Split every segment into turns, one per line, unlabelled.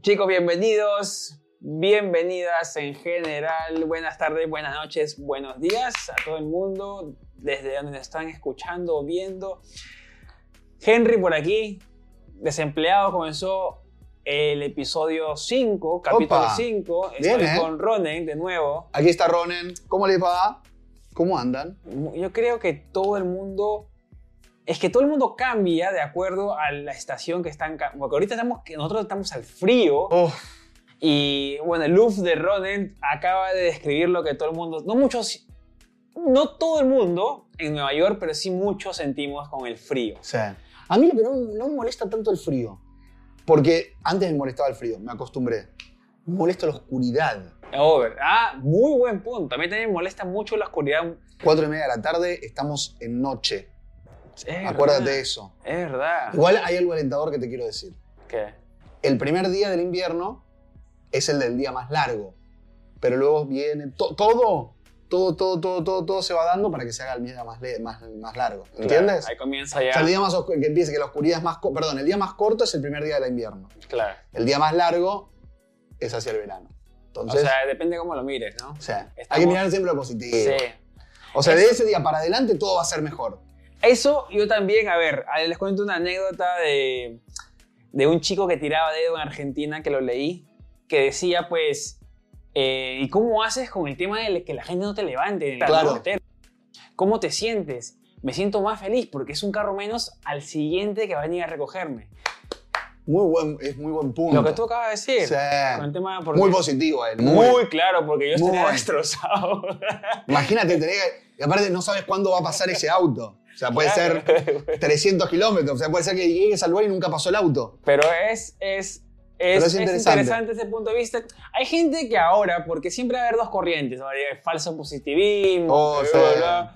Chicos, bienvenidos, bienvenidas en general. Buenas tardes, buenas noches, buenos días a todo el mundo, desde donde nos están escuchando o viendo. Henry por aquí, desempleado, comenzó el episodio 5, capítulo
Opa.
5.
Bien,
Estoy
¿eh?
con Ronen de nuevo.
Aquí está Ronen. ¿Cómo les va? ¿Cómo andan?
Yo creo que todo el mundo. Es que todo el mundo cambia de acuerdo a la estación que están. ca- Porque ahorita estamos, que nosotros estamos al frío. Y bueno, el Luf de Ronen acaba de describir lo que todo el mundo, no muchos, no todo el mundo en Nueva York, pero sí muchos sentimos con el frío.
Sí. A mí pero no me molesta tanto el frío. Porque antes me molestaba el frío, me acostumbré. Me molesta la oscuridad.
Oh, ¿verdad? Muy buen punto. A mí también me molesta mucho la oscuridad.
Cuatro y media de la tarde, estamos en noche.
Es
Acuérdate
verdad,
de eso.
Es verdad.
Igual hay algo alentador que te quiero decir.
¿Qué?
El primer día del invierno es el del día más largo. Pero luego viene to- todo, todo, todo, todo, todo, todo se va dando para que se haga el día más, le- más, más largo. ¿Entiendes?
Claro, ahí comienza ya.
O sea, el día más oscuro, que empiece, que la oscuridad es más... co- Perdón, el día más corto es el primer día del invierno.
Claro.
El día más largo es hacia el verano. Entonces,
o sea, depende cómo lo mires, ¿no?
o sea, hay
estamos-
que mirar siempre lo positivo.
Sí.
O sea, de ese día para adelante todo va a ser mejor.
Eso yo también, a ver, a- les cuento una anécdota de, de un chico que tiraba dedo en Argentina, que lo leí, que decía pues, eh, ¿y cómo haces con el tema de que la gente no te levante en el
Claro.
carretera? ¿Cómo te sientes? Me siento más feliz porque es un carro menos al siguiente que va a venir a recogerme.
Muy buen, es muy buen punto.
Lo que tú acabas de decir. Con el
Sí.
tema porque-
Muy positivo él.
Muy,
Muy.
claro, porque yo
Muy.
estaría destrozado.
Imagínate, tenés que- y aparte no sabes cuándo va a pasar ese auto. O sea, puede ser
Claro.
300 kilómetros. O sea, puede ser que llegues al lugar y nunca pasó el auto.
Pero es, es, es,
Pero es
es interesante.
interesante.
ese punto de vista. Hay gente que ahora, porque siempre va a haber dos corrientes, ¿no? Hay falso positivismo,
Oh,
bla,
sí.
bla, bla.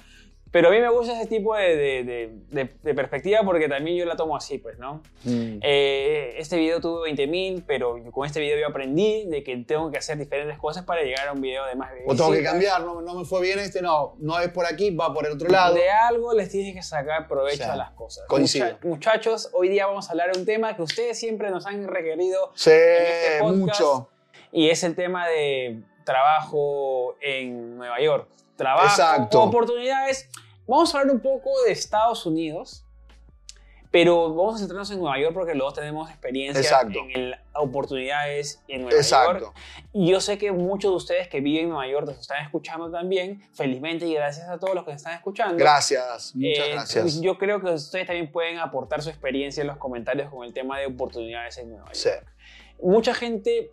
pero a mí me gusta ese tipo de, de- de- de- de perspectiva porque también yo la tomo así, pues, ¿no? Eh, este video tuvo 20.000, pero con este video yo aprendí de que tengo que hacer diferentes cosas para llegar a un video de más
O tengo que
visitas.
cambiar, no, no me fue bien este, no, no es por aquí, va por el otro lado.
De algo les tienes que sacar provecho
O sea,
a las cosas.
coincido.
Mucha- muchachos, hoy día vamos a hablar de un tema que ustedes siempre nos han requerido
Sí,
este podcast,
mucho.
y es el tema de trabajo en Nueva York. Trabajo,
Exacto.
oportunidades. Vamos a hablar un poco de Estados Unidos, pero vamos a centrarnos en Nueva York porque los dos tenemos experiencia
Exacto.
en el- oportunidades en Nueva York.
Exacto.
Y yo sé que muchos de ustedes que viven en Nueva York nos están escuchando también. Felizmente y gracias a todos los que nos están escuchando.
Gracias, muchas
Eh,
gracias.
Yo creo que ustedes también pueden aportar su experiencia en los comentarios con el tema de oportunidades en Nueva York
Sí,
mucha gente,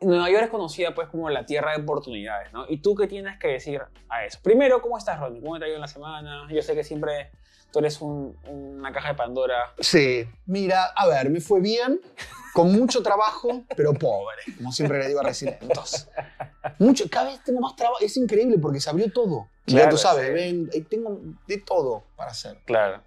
Nueva York es conocida pues como la tierra de oportunidades, ¿no? ¿Y tú qué tienes que decir a eso? Primero, ¿cómo estás, Ronnie? ¿Cómo te ha ido en la semana? Yo sé que siempre tú eres un- una caja de Pandora.
Sí, mira, a ver, me fue bien, con mucho trabajo, pero pobre, como siempre le digo a residentes. Mucho, cada vez tengo más trabajo, es increíble porque se abrió todo. ya
Claro,
tú sabes,
sí.
ven, ahí tengo de todo para hacer.
Claro.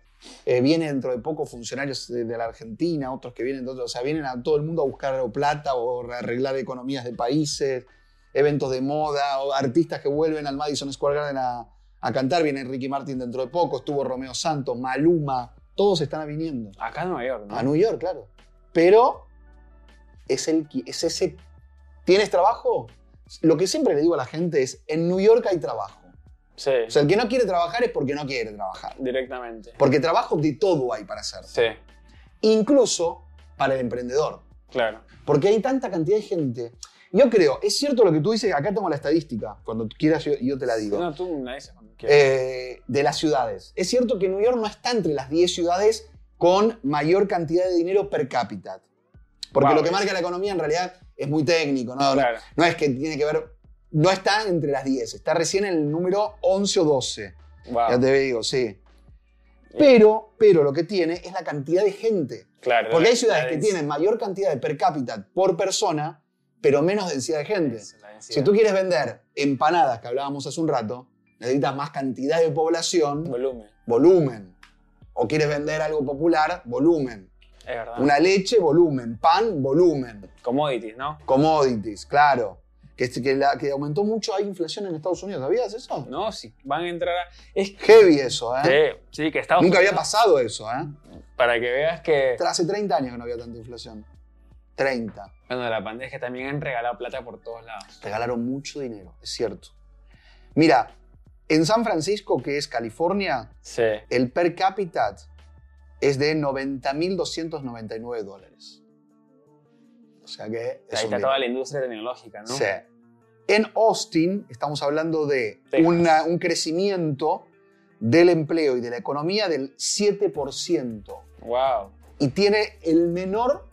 Eh, vienen dentro de poco funcionarios de, de la Argentina, otros que vienen de otros, o sea, vienen a todo el mundo a buscar o plata o a arreglar economías de países, eventos de moda, o artistas que vuelven al Madison Square Garden a, a cantar, viene Ricky Martin dentro de poco, estuvo Romeo Santos, Maluma, todos están viniendo
Acá en Nueva York, ¿no?
a New York, claro. Pero es, el, qui- es ese, ¿tienes trabajo? Lo que siempre le digo a la gente es, en New York hay trabajo.
Sí,
O sea, el que no quiere trabajar es porque no quiere trabajar.
directamente.
Porque trabajo de todo hay para hacer
Sí,
incluso para el emprendedor.
claro.
Porque hay tanta cantidad de gente. Yo creo, es cierto lo que tú dices, acá tengo la estadística, cuando quieras yo, yo te la digo,
No, tú me la dices cuando quieras.
Eh, de las ciudades. Es cierto que New York no está entre las 10 ciudades con mayor cantidad de dinero per cápita. Porque
Wow,
lo que
es-
marca la economía en realidad es muy técnico, ¿no? No-
Claro.
No es que tiene que ver, no está entre las 10, está recién en el número 11 o 12.
Wow.
Ya te digo, sí. Pero, pero lo que tiene es la cantidad de gente.
Claro.
Porque
la-
hay ciudades
la
que
dens-
tienen mayor cantidad de per cápita por persona, pero menos densidad de gente.
la densidad.
Si tú quieres vender empanadas, que hablábamos hace un rato, necesitas más cantidad de población,
Volumen.
volumen. O quieres vender algo popular, volumen.
Es verdad.
Una leche, volumen. Pan, volumen.
Commodities, ¿no?
Commodities, claro. Que, es- que, la- que aumentó mucho, hay inflación en Estados Unidos, ¿sabías eso?
No, sí. Van a entrar a... Es que...
Heavy eso, ¿eh?
Sí, sí, que Estados
Nunca había
Unidos-
pasado eso, ¿eh?
Para que veas que...
Hace 30 años que no había tanta inflación. 30.
Bueno, la pandemia es que también han regalado plata por todos lados.
Regalaron mucho dinero, es cierto. Mira, en San Francisco, que es California,
Sí.
el per cápita es de 90.299 dólares. O sea que es
Ahí
un
está
dinero.
toda la industria tecnológica, ¿no?
Sí. En Austin estamos hablando de
Texas.
una- un crecimiento del empleo y de la economía del 7%
Wow.
y tiene el menor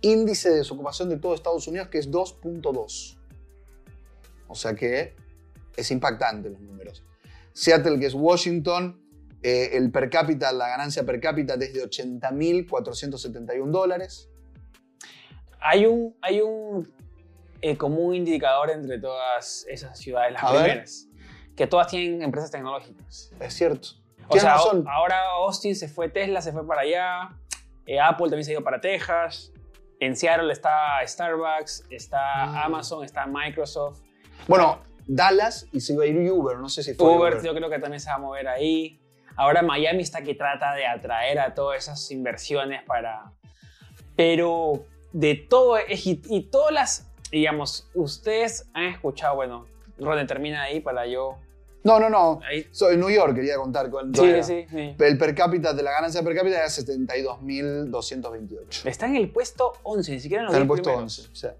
índice de desocupación de todo Estados Unidos que es 2.2. O sea que es impactante los números. Seattle, que es Washington, eh, el per cápita, la ganancia per cápita es de 80.471 dólares.
Hay un, hay un eh, común indicador entre todas esas ciudades, las
A ver.
primeras, que todas tienen empresas tecnológicas.
Es cierto.
O
Tienes
sea,
razón.
a- ahora Austin se fue Tesla, se fue para allá, eh, Apple también se ha ido para Texas, en Seattle está Starbucks, está
Ah.
Amazon, está Microsoft,
Bueno, Dallas y se iba a ir Uber, no sé si fue
Uber, yo creo que también se va a mover ahí. Ahora Miami está que trata de atraer a todas esas inversiones para... Pero de todo, es- y, y todas las, digamos, ustedes han escuchado, bueno, Ronen termina ahí para yo...
No, no, no.
Ahí.
So, en New York quería contar con
Sí, sí, sí.
El per cápita de la ganancia per cápita era 72.228.
Está en el puesto 11, ni siquiera en los
Está en
10
el puesto
primeros.
11. o sea.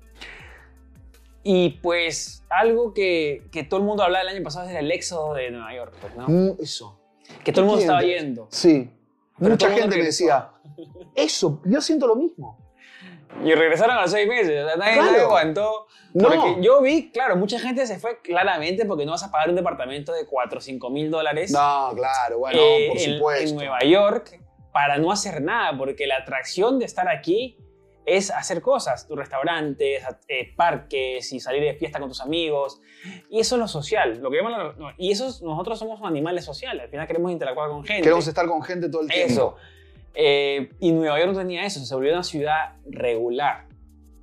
Y pues algo que, que todo el mundo hablaba el año pasado es el éxodo de Nueva York, pues, ¿no?
Mm, Eso.
Que todo el mundo
¿Quién?
estaba yendo.
Sí.
Pero todo
Mucha
el mundo
gente me decía, eso, yo siento lo mismo.
Y regresaron a los seis meses, o sea, nadie,
Claro.
nadie aguantó.
No.
Porque yo vi, claro, mucha gente se fue claramente porque no vas a pagar un departamento de 4 o 5 mil dólares
No, claro, bueno,
eh,
por
en- en,
supuesto.
Nueva York para no hacer nada, porque la atracción de estar aquí es hacer cosas, tus restaurantes, a- eh, parques y salir de fiesta con tus amigos. Y eso es lo social, lo que llaman lo- no, y eso es- nosotros somos animales sociales, al final queremos interactuar con gente.
Queremos estar con gente todo el tiempo.
Eso. Eh, y Nueva York no tenía eso, se volvió una ciudad regular.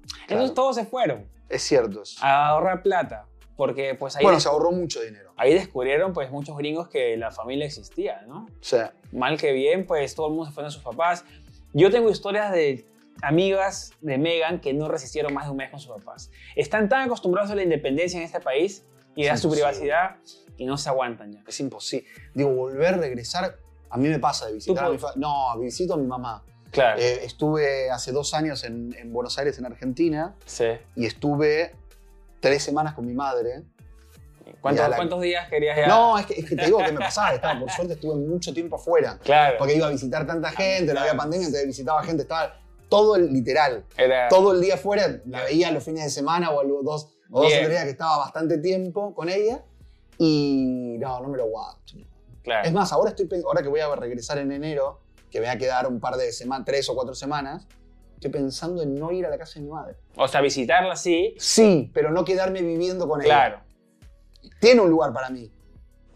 Entonces
Claro.
todos se fueron
Es cierto eso.
a ahorrar plata, porque pues ahí,
bueno,
des-
se ahorró mucho dinero.
ahí descubrieron pues muchos gringos que la familia existía, ¿no?
O sea,
Mal que bien, pues todo el mundo se fue a sus papás. Yo tengo historias de amigas de Megan que no resistieron más de un mes con sus papás. Están tan acostumbrados a la independencia en este país y a
Sí,
su
sí.
privacidad que no se aguantan ya.
es imposible. Digo, volver, regresar, a mí me pasa de visitar a mi
puedes-
fa- No, visito a mi mamá.
Claro.
Eh, estuve hace dos años en, en Buenos Aires, en Argentina,
sí.
y estuve tres semanas con mi madre.
¿Cuántos,
Ya la-
cuántos días querías ya?
No, es que, es que te digo que me pasaba, estaba, por suerte estuve mucho tiempo afuera,
Claro. Ah,
porque iba a visitar tanta gente, no había pandemia, entonces visitaba gente, estaba todo el literal,
Era-
todo el día afuera, la veía los fines de semana o algo, dos o dos o
Bien.
tres días que estaba bastante tiempo con ella, y no, no me lo aguanto.
Claro.
Es más, ahora, estoy, pen- ahora que voy a regresar en enero, que me va a quedar un par de semanas, tres o cuatro semanas, estoy pensando en no ir a la casa de mi madre.
O sea, visitarla sí.
Sí, pero no quedarme viviendo con ella.
Claro.
Tiene un lugar para mí.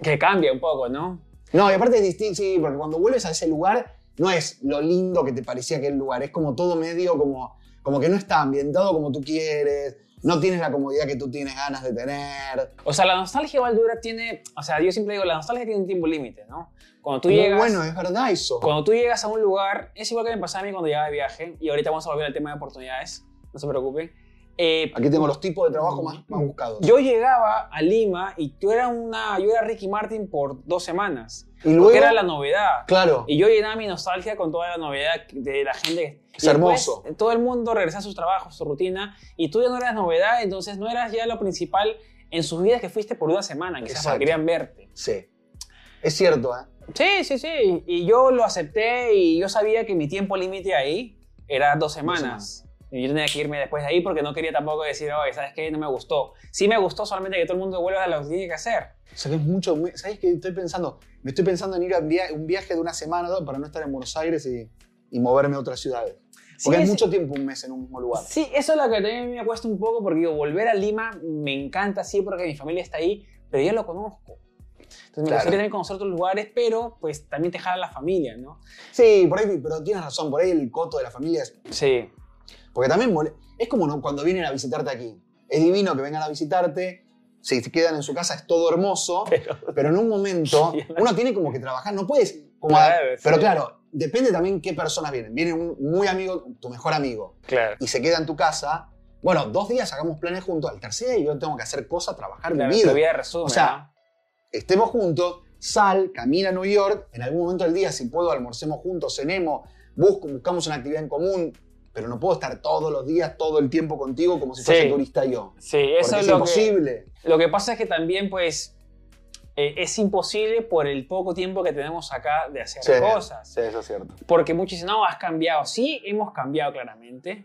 Que cambia un poco, ¿no?
No, y aparte es distinto, sí, porque cuando vuelves a ese lugar, no es lo lindo que te parecía aquel lugar, es como todo medio, como, como que no está ambientado como tú quieres, no tienes la comodidad que tú tienes ganas de tener.
O sea, la nostalgia igual dura tiene, o sea, yo siempre digo, la nostalgia tiene un tiempo límite, ¿no? Cuando tú
Muy
llegas,
bueno, es verdad eso.
cuando tú llegas a un lugar, es igual que me pasaba a mí cuando llegaba de viaje, y ahorita vamos a volver al tema de oportunidades, no se preocupen. Eh,
Aquí tengo los tipos de trabajo más, más buscados.
yo llegaba a Lima y yo era una, yo era Ricky Martin por dos semanas,
y luego,
porque era la novedad.
claro,
Y yo llenaba mi nostalgia con toda la novedad de la gente.
Es
Y después,
hermoso.
Todo el mundo regresaba a sus trabajos, su rutina, y tú ya no eras novedad, entonces no eras ya lo principal en sus vidas que fuiste por una semana, quizás
Exacto.
porque querían verte.
sí. Es cierto, ¿eh?
Sí, sí, sí. Y yo lo acepté y yo sabía que mi tiempo límite ahí era dos semanas. Y yo tenía que irme después de ahí porque no quería tampoco decir, oye, ¿sabes qué? No me gustó. Sí me gustó solamente que todo el mundo vuelva a lo que tiene que hacer.
Sabes mucho, me- ¿sabes qué estoy pensando? Me estoy pensando en ir a un via- un viaje de una semana o dos para no estar en Buenos Aires y, y moverme a otras ciudades.
Sí,
Porque es
sí.
mucho tiempo un mes en un mismo lugar.
Sí, eso es lo que también me cuesta un poco porque digo, volver a Lima me encanta, sí, porque mi familia está ahí, pero ya lo conozco. Entonces me
Claro.
gustaría también conocer otros lugares, pero pues también te jala la familia, ¿no?
Sí, por ahí, pero tienes razón, por ahí el coto de la familia es.
Sí.
Porque también mole- es como ¿no? cuando vienen a visitarte aquí. Es divino que vengan a visitarte, si te quedan en su casa es todo hermoso, pero, en un momento uno tiene como que trabajar, no puedes. como a-
Claro, sí.
pero claro, depende también qué personas vienen. Viene un muy amigo, tu mejor amigo,
Claro.
y se queda en tu casa. Bueno, dos días hagamos planes juntos. Al tercer día yo tengo que hacer cosas, trabajar,
Claro,
vivir.
tu vida resume,
O sea, estemos juntos, sal, camina a New York, en algún momento del día, si puedo, almorcemos juntos, cenemos, busco, buscamos una actividad en común, pero no puedo estar todos los días, todo el tiempo contigo como si
Sí.
fuese turista yo.
¿no? Sí, eso
Porque
es
es
lo que,
imposible.
lo que pasa es que también, pues, eh, es imposible por el poco tiempo que tenemos acá de hacer
Sí.
cosas.
eso es cierto.
Porque muchos dicen, no, has cambiado. Sí, hemos cambiado claramente. O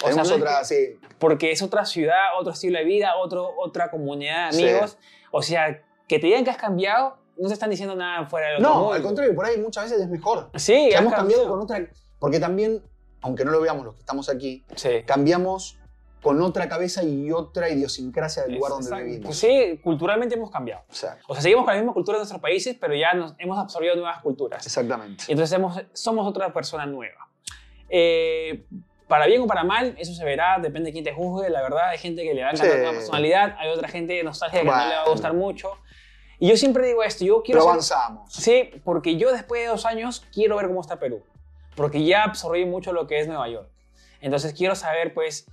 sea,
Tenemos
no es
otra,
que-
sí.
porque es otra ciudad, otro estilo de vida, otro, otra comunidad de
Sí.
amigos. O sea, que te digan que has cambiado, no te están diciendo nada fuera del otro
No,
mundo.
al contrario, por ahí muchas veces es mejor.
Sí,
Que
has
hemos cambiado con otra. Porque también, aunque no lo veamos los que estamos aquí,
Sí.
cambiamos con otra cabeza y otra idiosincrasia del lugar donde
Exacto.
vivimos.
Sí, culturalmente hemos cambiado.
O sea,
O sea, seguimos con la misma cultura de nuestros países, pero ya nos, hemos absorbido nuevas culturas.
exactamente.
Y entonces hemos- somos otra persona nueva. Eh, para bien o para mal, eso se verá, depende de quién te juzgue. La verdad, hay gente que le va a encantar
Sí.
la personalidad, hay otra gente nostálgica que no le va a
Bueno.
gustar mucho. Y yo siempre digo esto, yo quiero
Pero
ser-
avanzamos.
Sí, porque yo después de dos años quiero ver cómo está Perú, porque ya absorbí mucho lo que es Nueva York. Entonces quiero saber, pues,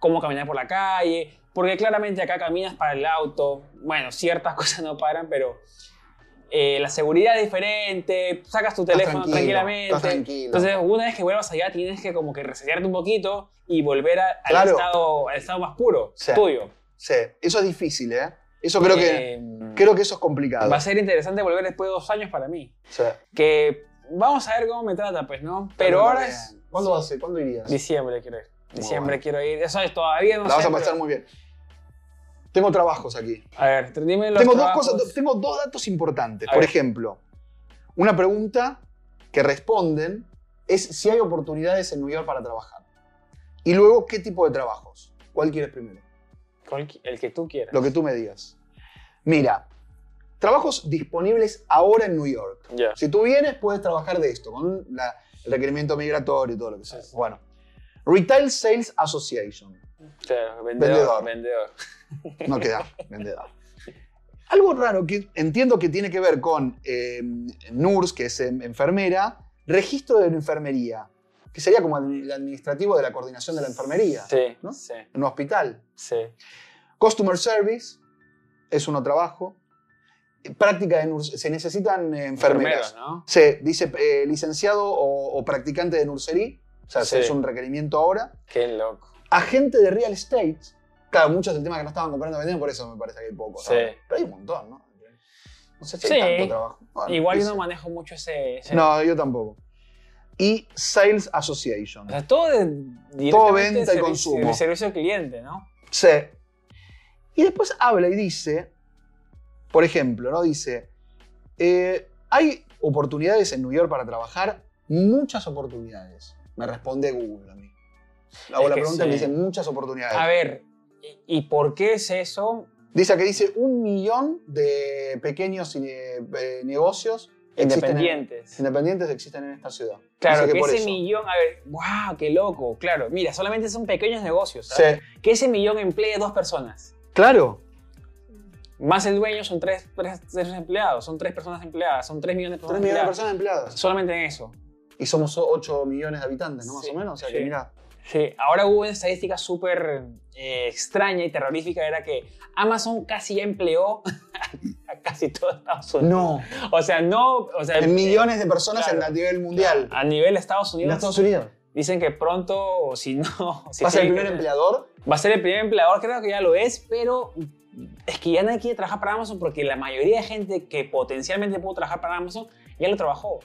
cómo caminar por la calle, porque claramente acá caminas para el auto, bueno, ciertas cosas no paran, pero eh, la seguridad es diferente, sacas tu
Estás
teléfono
tranquilo,
tranquilamente.
estás tranquilo.
Entonces, una vez que vuelvas allá, tienes que como que resetearte un poquito y volver a- al,
Claro.
estado, al estado más puro,
Sí.
tuyo.
Sí, eso es difícil, ¿eh? Eso creo que,
Eh,
creo que eso es complicado.
va a ser interesante volver después de dos años para mí
Sí.
que vamos a ver cómo me trata, pues, ¿no? Pero ahora es
¿Cuándo vas a ir? ¿Cuándo irías?
diciembre quiero ir. Diciembre
bueno.
quiero ir. Eso es todavía no
La vas
sé,
a pasar
pero-
muy bien. Tengo trabajos aquí.
A ver, tr- dime los
Tengo dos,
trabajos.
cosas, tengo dos datos importantes.
A
Por
ver.
ejemplo, una pregunta que responden es si hay oportunidades en New York para trabajar. Y luego, ¿qué tipo de trabajos? ¿Cuál quieres primero?
Cual- El que tú quieras.
Lo que tú me digas. Mira, trabajos disponibles ahora en New York.
Ya.
Si tú vienes, puedes trabajar de esto, con la- el requerimiento migratorio y todo lo que sea.
Sí.
Bueno, Retail Sales Association.
Claro,
Vendedor.
vendedor. Vendedor.
No queda, vendedor. Algo raro que entiendo que tiene que ver con eh, NURS, que es em, enfermera, registro de la enfermería, que sería como el el administrativo de la coordinación de la enfermería
Sí,
¿No?
sí,
en un hospital.
sí.
Customer Service es uno trabajo. Práctica de NURS, se necesitan eh, enfermeras.
Enfermeros, ¿no?
Se dice eh, licenciado o, o practicante de nursería, o sea,
Sí.
es un requerimiento ahora.
Qué loco.
Agente de real estate, claro, muchos del tema que no estaban comprando vendiendo, por eso me parece que hay pocos.
Sí.
ahora. Pero hay un montón, ¿no? No sé si
Sí.
hay tanto trabajo. Bueno,
Igual yo
dice.
no manejo mucho ese. ese-
Ah, No, yo tampoco. Y Sales Association.
O sea, todo de,
Todo
directamente
venta y
servicio-
consumo.
servicio al cliente, ¿no?
Sí. Y después habla y dice, por ejemplo, ¿no? Dice, eh, hay oportunidades en New York para trabajar, muchas oportunidades. Me responde Google a mí. Hago
Es
la
que
pregunta y
sí.
me dice muchas oportunidades.
A ver, ¿y, y por qué es eso?
Dice que dice un millón de pequeños eh, eh, negocios existen en-
Independientes.
independientes existen en esta ciudad.
Claro,
Dice
que,
por
ese
eso.
millón, a ver, wow, qué loco, claro. Mira, solamente son pequeños negocios.
Sí.
¿sabes? Que ese millón emplee dos personas.
Claro.
Más el dueño son tres, tres, tres empleados, son tres personas empleadas, son tres millones de
3
personas
millones de
empleadas.
personas empleadas.
Solamente en eso.
Y somos 8 millones de habitantes, ¿no? Más
Sí,
o menos. O sea que
sí.
mira.
Sí, ahora hubo una estadística súper eh, extraña y terrorífica, era que Amazon casi ya empleó a casi todo Estados Unidos.
No.
O sea, no, o sea,
En millones de personas
Este, Claro.
en- a nivel mundial.
a nivel Estados
En
Unidos,
Estados Unidos.
dicen que pronto, o si no, si
Va a ser el
sigue-
primer empleador.
Va a ser el primer empleador, creo que ya lo es, pero es que ya nadie quiere trabajar para Amazon porque la mayoría de gente que potencialmente pudo trabajar para Amazon ya lo trabajó.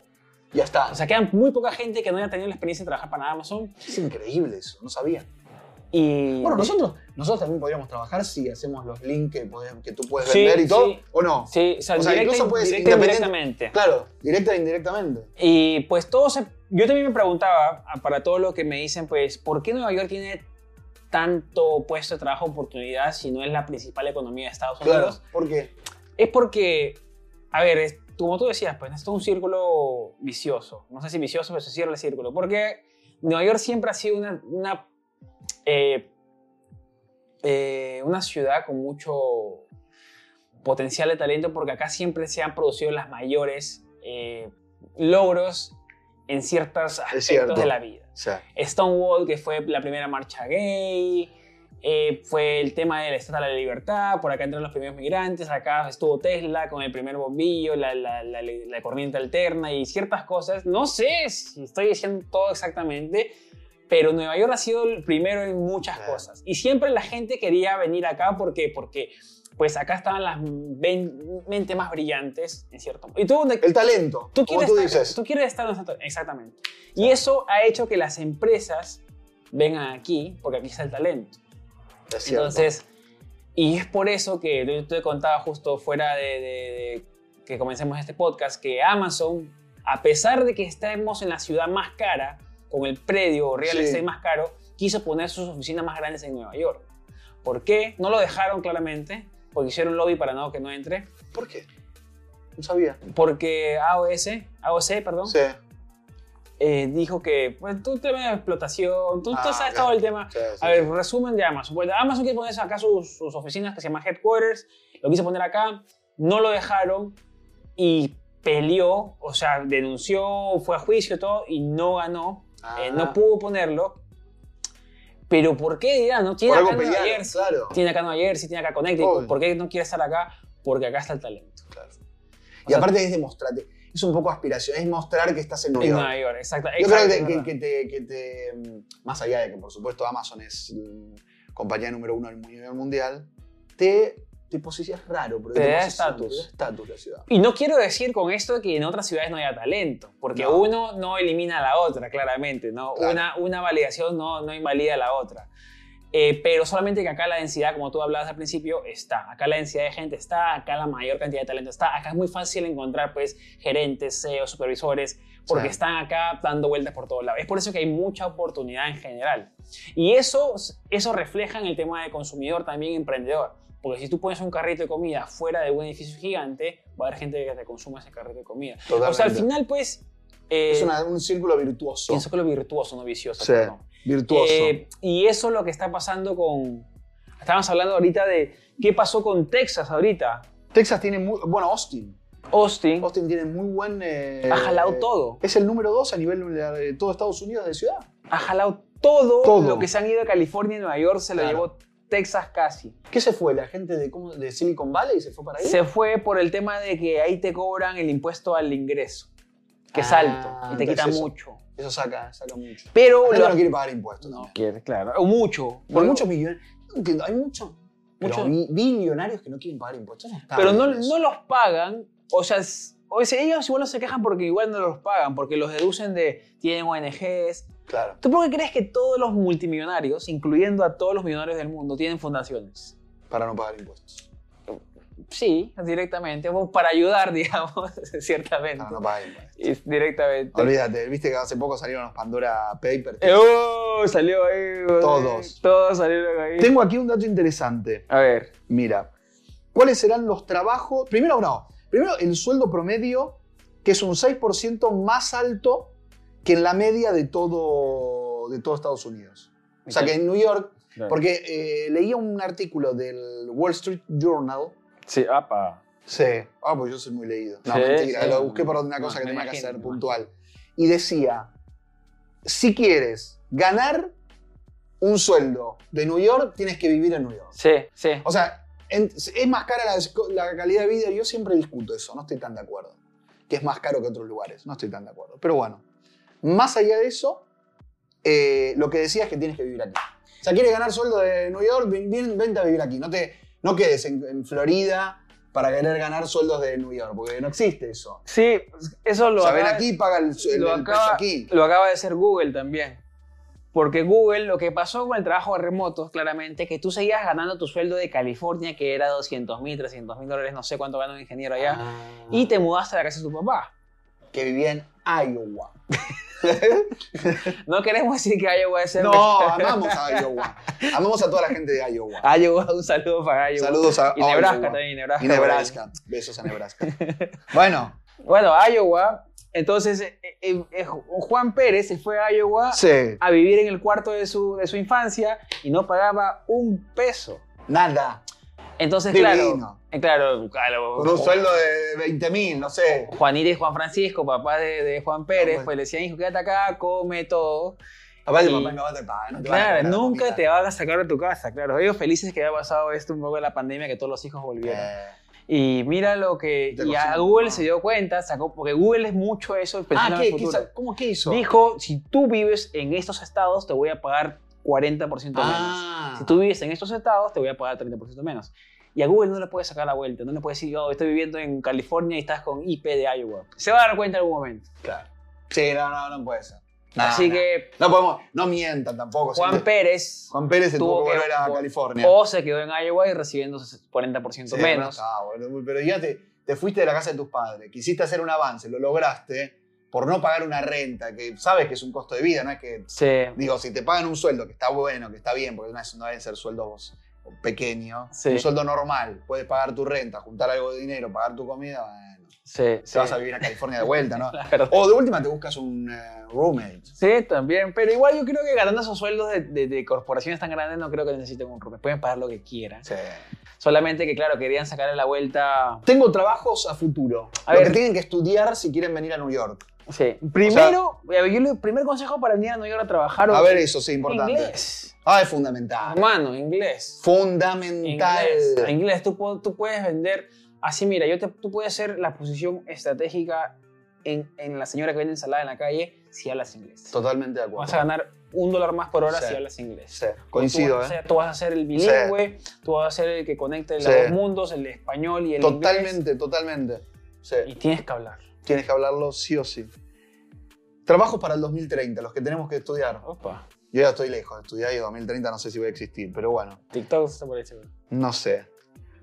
Ya está.
O sea, quedan muy poca gente que no haya tenido la experiencia de trabajar para Amazon.
es increíble eso. No sabía.
Y
Bueno, nosotros, nosotros también podríamos trabajar si hacemos los links que, podés- que tú puedes
Sí,
vender y todo.
sí.
¿O no?
sí, o sea,
o sea,
directa-
incluso puedes
directa-
independiente-
directamente.
Claro, directa e indirectamente.
Y pues todo se... Yo también me preguntaba, a- para todo lo que me dicen, pues, ¿por qué Nueva York tiene tanto puesto de trabajo, oportunidad, si no es la principal economía de Estados Unidos?
Claro. ¿Por qué?
Es porque, a ver, es- como tú decías, pues esto es un círculo vicioso. No sé si vicioso, pero se cierra el círculo. Porque Nueva York siempre ha sido una, una, eh, eh, una ciudad con mucho potencial de talento, porque acá siempre se han producido las mayores eh, logros en ciertos
cierto.
aspectos de la vida.
Sí.
Stonewall, que fue la primera marcha gay, eh, fue el tema de la Estatua de la Libertad, por acá entraron los primeros migrantes, acá estuvo Tesla con el primer bombillo, la, la- la- la corriente alterna y ciertas cosas. No sé si estoy diciendo todo exactamente, pero Nueva York ha sido el primero en muchas
Claro.
cosas. Y siempre la gente quería venir acá porque... porque pues acá estaban las ven- mentes más brillantes, en cierto modo. ¿Y tú dónde,
El talento,
Tú
como
quieres,
tú
estar,
dices.
tú quieres estar donde está- Exactamente. Y eso ha hecho que las empresas vengan aquí, porque aquí está el talento.
Es cierto.
Entonces, y es por eso que yo te contaba justo fuera de, de- de que comencemos este podcast, que Amazon, a pesar de que estamos en la ciudad más cara, con el predio o real
Sí.
estate más caro, quiso poner sus oficinas más grandes en Nueva York. ¿Por qué? No lo dejaron claramente, porque hicieron lobby para no que no entre,
¿Por qué? No sabía.
porque AOS, AOC, perdón,
Sí,
eh, dijo que pues, todo el tema de explotación, tú, tú
Ah,
sabes
claro.
todo el tema.
sí, sí,
A ver, resumen de Amazon. Bueno, Amazon quiere poner acá sus, sus oficinas que se llama Headquarters, lo quiso poner acá, no lo dejaron y peleó, o sea, denunció, fue a juicio y todo y no ganó, Eh,
Ah.
no pudo ponerlo. Pero ¿por qué dirán? No tiene
Por
acá
algo
Nueva
pelearon,
Jersey,
claro.
tiene acá Nueva Jersey, tiene acá Connecticut,
Obvio.
¿por qué no quiere estar acá? Porque acá está el talento.
Claro. Y
sea-
aparte es demostrarte. Es un poco aspiración, es mostrar que estás en Nueva
En
York.
Nueva York, exacto.
Yo creo
exacto,
que, que-
¿verdad?
que te, que te, mm, Más allá de que, por supuesto, Amazon es mm, compañía número uno a nivel mundial, te, te posicionas raro. Pero
Te da
posicionas,
estatus.
Te da estatus la ciudad.
Y no quiero decir con esto que en otras ciudades no haya talento, porque
No.
uno no elimina a la otra, claramente, ¿no?
Claro.
Una, una validación no, no invalida a la otra. Eh, pero solamente que acá la densidad, como tú hablabas al principio, está. Acá la densidad de gente está, acá la mayor cantidad de talento está. Acá es muy fácil encontrar, pues, gerentes, CEOs, supervisores, porque
Sí.
están acá dando vueltas por todos lados. Es por eso que hay mucha oportunidad en general. Y eso, eso refleja en el tema de consumidor también emprendedor. Porque si tú pones un carrito de comida fuera de un edificio gigante, va a haber gente que te consuma ese carrito de comida. O sea, al
Totalmente.
final, pues. eh,
es una- un círculo virtuoso.
Pienso que lo virtuoso, no vicioso.
Sí.
perdón.
Virtuoso.
Eh, y eso es lo que está pasando con. Estábamos hablando ahorita de qué pasó con Texas ahorita.
Texas tiene muy. Bueno, Austin.
Austin
Austin tiene muy buen. eh,
ha jalado todo.
Es el número dos a nivel de todo Estados Unidos de ciudad.
Ha jalado todo,
Todo.
lo que se han ido de California y Nueva York, se lo
Claro.
llevó Texas casi.
¿Qué se fue? ¿La gente de, cómo- de Silicon Valley se fue para ahí?
Se fue por el tema de que ahí te cobran el impuesto al ingreso, que es
Ah,
alto y te
entonces
quita
eso.
mucho.
Eso saca, saca mucho.
Pero
La gente
lo-
no quiere pagar impuestos.
no
también.
quiere, claro. O mucho.
Por
Por
muchos millonarios. No entiendo, hay muchos
Mucho-
billonarios que no quieren pagar impuestos. No está
pero no,
bien eso.
no los pagan, o sea, es- o sea, ellos igual no se quejan porque igual no los pagan, porque los deducen de, tienen ONGs.
Claro.
¿Tú por qué crees que todos los multimillonarios, incluyendo a todos los millonarios del mundo, tienen fundaciones?
Para no pagar impuestos.
Sí, directamente, o para ayudar, digamos, ciertamente.
Para Ah, no pues. pagar impuestos.
Y directamente.
Olvídate, viste que hace poco salieron los Pandora Papers.
Eh, oh, salió ahí. güey.
Todos.
Todos salieron ahí.
Tengo aquí un dato interesante.
A ver.
Mira, ¿cuáles serán los trabajos? Primero, no. Primero, el sueldo promedio, que es un 6% más alto que en la media de todo, de todo Estados Unidos. O sea, que en New York, porque eh, leía un artículo del Wall Street Journal.
Sí, apa.
Sí. Ah, pues yo soy muy leído. No,
Sí,
mentira,
sí.
lo busqué por una
No,
cosa que
me
tenía que
imagino,
hacer
me
puntual. Y decía, si quieres ganar un sueldo de New York, tienes que vivir en New York.
Sí, sí.
O sea, en- es más cara la, la calidad de vida. Yo siempre discuto eso, no estoy tan de acuerdo. Que es más caro que otros lugares, no estoy tan de acuerdo. Pero bueno, más allá de eso, eh, lo que decía es que tienes que vivir aquí. O sea, quieres ganar sueldo de New York, ven- ven- vente a vivir aquí. No, te, no quedes en, en Florida para querer ganar sueldos de New York, porque no existe eso.
Sí, eso lo
O sea, ven
acaba-
aquí, paga el, su- el-
lo
el precio
acaba-
aquí.
Lo acaba de hacer Google también. Porque Google, lo que pasó con el trabajo de remotos, claramente, que tú seguías ganando tu sueldo de California, que era 200 mil, 300 mil dólares, no sé cuánto gana un ingeniero allá,
Ah.
y te mudaste a la casa de tu papá.
Que vivía en Iowa.
No queremos decir que Iowa es el
No, amamos a Iowa. Amamos a toda la gente de Iowa.
Iowa, un saludo para Iowa.
Saludos a
Y Nebraska
Iowa.
también, Nebraska.
Y Nebraska. Besos a Nebraska. bueno,
Bueno, Iowa. Entonces, eh, eh, eh, Juan Pérez se fue a Iowa
sí.
a vivir en el cuarto de su, de su infancia y no pagaba un peso.
Nada.
Entonces,
Divino.
claro, eh, claro, claro.
Con un sueldo de 20 mil, no sé.
Juanita y Juan Francisco, papá de, de Juan Pérez,
Ah, bueno.
pues le decían, hijo, quédate acá, come todo.
Aparte,
Y-
papá y mamá te pagan. no te van a
Claro,
comprar
nunca
comida.
te van a sacar de tu casa, claro. Ellos felices que haya pasado esto un poco de la pandemia, que todos los hijos volvieron.
Eh,
Y mira lo que...
Te
Y a
cocinan.
Google se dio cuenta, sacó... Porque Google es mucho eso, pensando
Ah,
en
¿qué?
el
¿Qué
futuro.
hizo? ¿Cómo qué hizo?
Dijo, si tú vives en estos estados, te voy a pagar 40% menos.
ah,
Si tú vives en estos estados, te voy a pagar 30% menos. Y a Google no le puedes sacar la vuelta, no le puedes decir, oh, estoy viviendo en California y estás con IP de Iowa. Se va a dar cuenta en algún momento.
Claro. Sí, no, no, no puede ser. No,
Así
no.
que
No podemos, no mientan tampoco.
Juan
señores.
Pérez
Pues Juan Pérez se tuvo
tuvo
que
que-
volver a California.
o se quedó en Iowa y recibiendo 40%
Sí, no
menos.
está, boludo. Pero ya te, te fuiste de la casa de tus padres, quisiste hacer un avance, lo lograste por no pagar una renta, que sabes que es un costo de vida, no es que.
Sí,
Digo, si te pagan un sueldo que está bueno, que está bien, porque no, es- no deben ser sueldos pequeños,
Sí.
un sueldo normal, puedes pagar tu renta, juntar algo de dinero, pagar tu comida, bueno,
sí,
te
sí.
vas a vivir a California de vuelta, ¿no?
Claro.
O de última te buscas un eh, roommate.
Sí, también. Pero igual yo creo que ganando esos sueldos de, de- de corporaciones tan grandes no creo que necesiten un roommate. Pueden pagar lo que quieran. Solamente que, claro, querían sacarle la vuelta.
Tengo trabajos a futuro.
A
lo
ver.
que tienen que estudiar si quieren venir a New York.
Sí. Primero, a ver, yo el primer consejo para venir a Nueva York a trabajar.
A ver, eso sí, importante.
Inglés.
Ah, es fundamental.
Hermano, inglés.
Fundamental.
Inglés. Ah, Inglés. Tú, po- tú puedes vender. Así, mira, yo te, tú puedes ser la posición estratégica en, en la señora que vende ensalada en la calle si hablas inglés.
Totalmente de
Vas
acuerdo.
a ganar un dólar más por hora
Sí.
si hablas inglés.
Sí,
tú
coincido,
vas, a
¿eh?
ser- tú vas a ser el bilingüe, tú vas a ser el que conecte los
Sí.
dos mundos, el español y el inglés.
Totalmente, totalmente. Sí,
Y tienes que hablar.
tienes que hablarlo sí o sí. Trabajos para el 2030, los que tenemos que estudiar.
Opa,
Yo ya estoy lejos de estudiar y 2030 no sé si voy a existir, pero bueno,
TikTok está por ahí seguro.
no sé.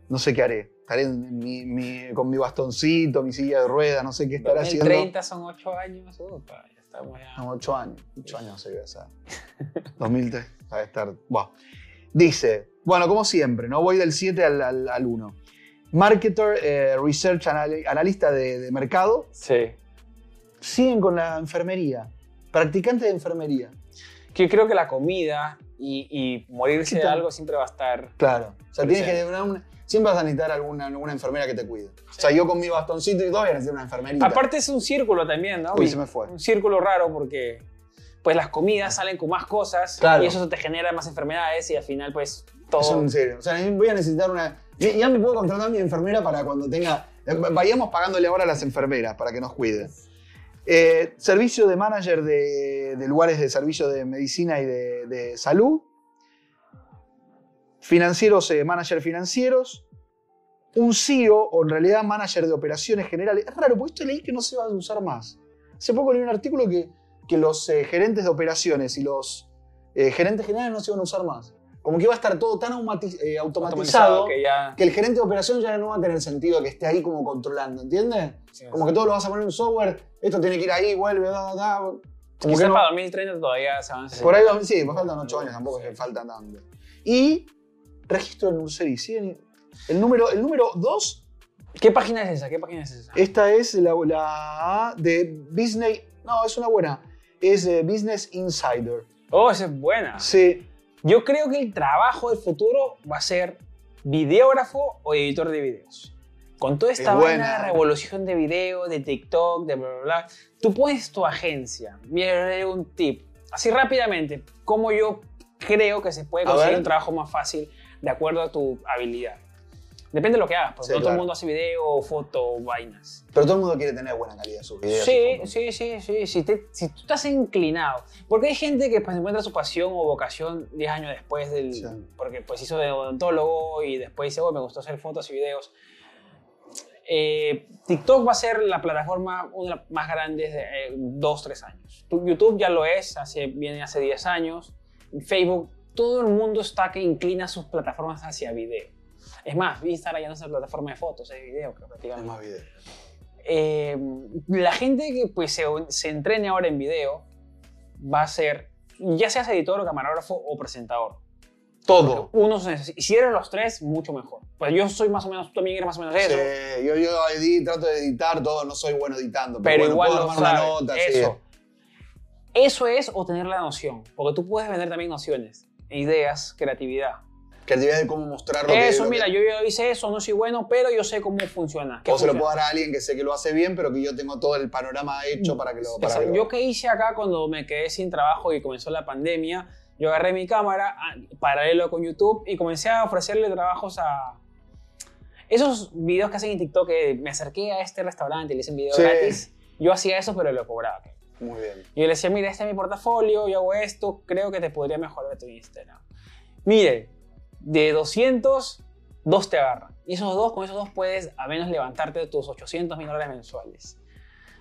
No sé qué haré. Estaré en mi- mi- con mi bastoncito, mi silla de ruedas, no sé qué estaré haciendo. Ah,
2030 son 8 años, opa, ya estamos ya.
No, ocho años. Ocho años se iba a hacer. 2003. Va a estar. buah. Dice, bueno, como siempre, no voy del 7 al, al, 1. Marketer, eh, research anal- analista de, de mercado,
Sí.
siguen con la enfermería. Practicante de enfermería.
Que creo que la comida y, y morirse
¿Qué
de
tal?
algo siempre va a estar.
Claro. O sea, tienes
Sí.
que tener una- siempre vas a necesitar alguna, alguna enfermera que te cuide. O sea, yo con mi bastoncito y todo voy a necesitar una enfermerita.
Aparte, es un círculo también, ¿no?
Uy, se me fue.
Un círculo raro porque. Pues las comidas salen con más cosas
Claro.
y eso te genera más enfermedades y al final pues todo...
Eso en serio. O sea, voy a necesitar una. Ya ya me puedo contratar a mi enfermera para cuando tenga. Vayamos pagándole ahora a las enfermeras para que nos cuiden. Eh, servicio de manager de, de lugares de servicio de medicina y de, de salud. Financieros, eh, manager financieros. Un CEO, o en realidad manager de operaciones generales. Es raro, porque esto leí que no se va a usar más. Hace poco leí un artículo que, que los eh, gerentes de operaciones y los eh, gerentes generales no se iban a usar más. Como que iba a estar todo tan aumati- eh, automatizado,
que ya...
que el gerente de operación ya no va a tener sentido que esté ahí como controlando, ¿entiendes? Como que todo lo vas a poner en un software, esto tiene que ir ahí, vuelve, da, da, da. Como
Quizá
que no-
para 2030 todavía se avanza.
por ahí va- sí, pues faltan ocho años, tampoco
Sí.
es que faltan tanto. Y registro de Nurseri, ¿sí? El número, el número dos,
¿Qué página es esa? ¿Qué página es esa?
esta es la, la de Business, no, es una buena, es eh, Business Insider.
Oh, esa es buena.
Sí,
Yo creo que el trabajo del futuro va a ser videógrafo o editor de videos. Con toda esta
Es buena.
buena revolución de video, de TikTok, de bla, bla, bla, tú pones tu agencia. Mira, le doy un tip. Así rápidamente, cómo yo creo que se puede
A
conseguir
ver.
un trabajo más fácil de acuerdo a tu habilidad. Depende de lo que hagas, porque
Sí,
no todo
claro.
el mundo hace video, foto, vainas.
pero todo el mundo quiere tener buena calidad de sus videos.
Sí,
supongo.
sí, sí, sí. Si, te- si tú estás inclinado. Porque hay gente que pues, encuentra su pasión o vocación 10 años después del.
Sí.
Porque pues hizo de odontólogo y después dice, oh, me gustó hacer fotos y videos. Eh, TikTok va a ser la plataforma una de las más grandes de 2, 3 años. Tu- YouTube ya lo es, hace, viene hace 10 años. Facebook, todo el mundo está que inclina sus plataformas hacia video. Es más, Instagram ya no es una plataforma de fotos, es video, creo,
Hay
prácticamente
más videos.
eh, la gente que pues, se, se entrene ahora en video va a ser, ya seas editor o camarógrafo o presentador.
Todo.
Uno se neces- y si eres los tres, mucho mejor. Pues yo soy más o menos, tú también eres más o menos eso.
Sí, yo, yo edi- trato de editar todo, no soy bueno editando, pero,
pero igual
bueno, puedo
lo
armar una
sabes.
nota, sí.
eso. eso es o tener la noción, porque tú puedes vender también nociones, ideas, creatividad.
Creatividad de cómo mostrar lo que-
Eso,
lo que-
mira, yo ya hice eso, no soy bueno, pero yo sé cómo funciona. ¿Qué
o se lo
funciona?
puedo dar a alguien que sé que lo hace bien, pero que yo tengo todo el panorama hecho para que lo. Para
Exacto.
que lo-
Yo que hice acá cuando me quedé sin trabajo y comenzó la pandemia, yo agarré mi cámara ah, paralelo con YouTube y comencé a ofrecerle trabajos a esos videos que hacen en TikTok que me acerqué a este restaurante y le hice un video
Sí.
gratis. Yo hacía eso, pero lo cobraba.
Muy bien.
Yo le decía, mire, este es mi portafolio, yo hago esto, creo que te podría mejorar tu Instagram. Mire, de 200, dos te agarran. Y esos dos, con esos dos puedes a menos levantarte de tus 800 mil dólares mensuales.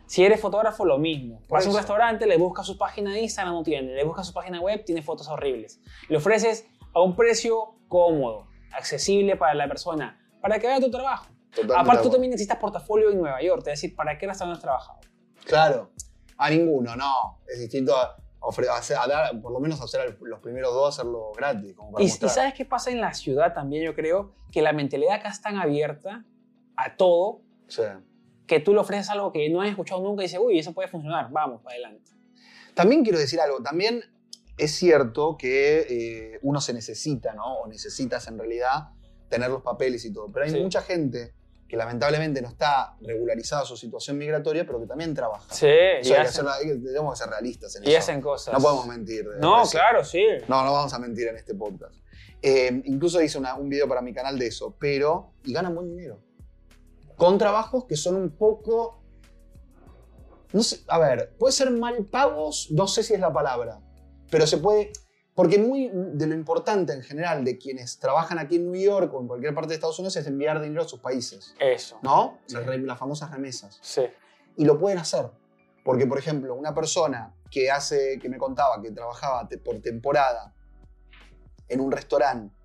Si eres fotógrafo, lo mismo.
Por
Vas a un
eso.
restaurante, le buscas su página de Instagram, no tiene. Le buscas su página web, tiene fotos horribles. Le ofreces a un precio cómodo, accesible para la persona, para que vea tu trabajo.
Totalmente de
Aparte, tú
acuerdo.
también necesitas portafolio en Nueva York. Te voy a decir, ¿para qué restaurante has trabajado?
Claro. A ninguno, no. Es distinto a, ofre- a hacer- a dar, por lo menos hacer al- los primeros dos, hacerlo gratis, como para
Y, y
mostrar.
sabes qué pasa en la ciudad también, yo creo, que la mentalidad acá es tan abierta a todo
Sí.
que tú le ofreces algo que no has escuchado nunca y dices, uy, eso puede funcionar, vamos, para adelante.
También quiero decir algo, también es cierto que eh, uno se necesita, ¿no? O necesitas en realidad tener los papeles y todo, pero hay
Sí.
mucha gente que lamentablemente no está regularizada su situación migratoria, pero que también trabaja.
Sí,
O
y,
sea, hay que
hacen,
hacerla- hay que- tenemos que ser realistas en
y
eso.
hacen cosas.
No podemos mentir. eh,
No,
eso.
claro, sí.
No, no vamos a mentir en este podcast. Eh, incluso hice una- un video para mi canal de eso, pero... Y ganan buen dinero. Con trabajos que son un poco... No sé, a ver, puede ser mal pagos, no sé si es la palabra, pero se puede... Porque muy de lo importante en general de quienes trabajan aquí en New York o en cualquier parte de Estados Unidos es enviar dinero a sus países,
Eso.
¿no? Las, re- las famosas remesas
Sí.
y lo pueden hacer. Porque, por ejemplo, una persona que hace, que me contaba que trabajaba te- por temporada en un restaurante,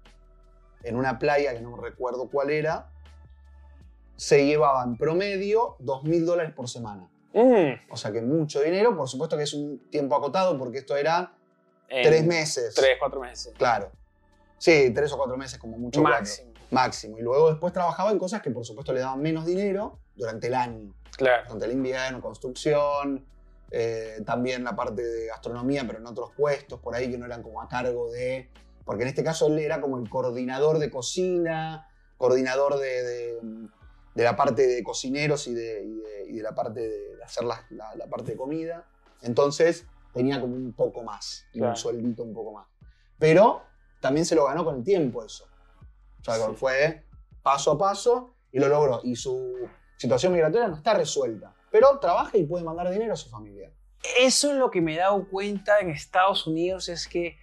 en una playa que no recuerdo cuál era, se llevaba en promedio 2.000 dólares por semana.
Mm,
O sea que mucho dinero, por supuesto que es un tiempo acotado porque esto era
en
tres meses.
Tres, cuatro meses.
Claro. Sí, tres o cuatro meses como mucho. cuatro.
Máximo.
Máximo. Y luego después trabajaba en cosas que por supuesto le daban menos dinero durante el año
Claro.
durante el invierno, construcción, eh, también la parte de gastronomía, pero en otros puestos por ahí que no eran como a cargo de. Porque en este caso él era como el coordinador de cocina, coordinador de, de- de la parte de cocineros y de, y de- y de la parte de de hacer la, la- la parte de comida. Entonces tenía como un poco más, y
Claro.
un sueldito un poco más. Pero también se lo ganó con el tiempo eso. O sea,
Sí.
fue paso a paso y lo logró. Y su situación migratoria no está resuelta, pero trabaja y puede mandar dinero a su familia.
Eso es lo que me he dado cuenta en Estados Unidos, es que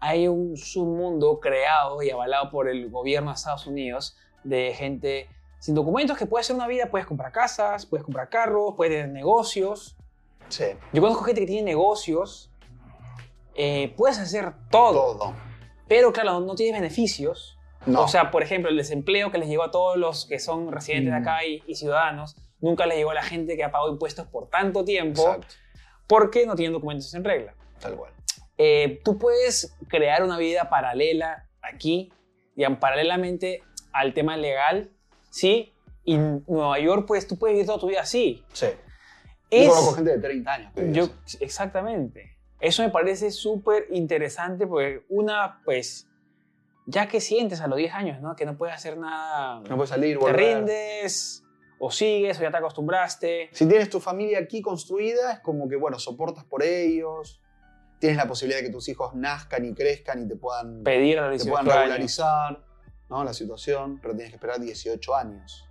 hay un submundo creado y avalado por el gobierno de Estados Unidos de gente sin documentos que puede hacer una vida, puedes comprar casas, puedes comprar carros, puedes tener negocios.
Sí,
Yo conozco gente que tiene negocios, eh, puedes hacer todo,
todo.
pero claro, no tienes beneficios.
No,
O sea, por ejemplo, el desempleo que les llegó a todos los que son residentes de
Mm.
acá y, y ciudadanos, nunca les llegó a la gente que ha pagado impuestos por tanto tiempo
exacto,
porque no tienen documentos en regla.
tal cual.
Eh, tú puedes crear una vida paralela aquí, y paralelamente al tema legal, ¿sí? Y en Nueva York, pues tú puedes vivir toda tu vida así.
Sí.
Es-
Yo conozco gente de 30 años. que vive
yo,
así.
exactamente. Eso me parece súper interesante porque una, pues, ya que sientes a los 10 años, ¿no? Que no puedes hacer nada,
No puedes salir,
te
volver.
rindes, o sigues, o ya te acostumbraste.
Si tienes tu familia aquí construida, es como que, bueno, soportas por ellos, tienes la posibilidad de que tus hijos nazcan y crezcan y te puedan, te
Pedir a
puedan regularizar ¿no? la situación, pero tienes que esperar 18 años.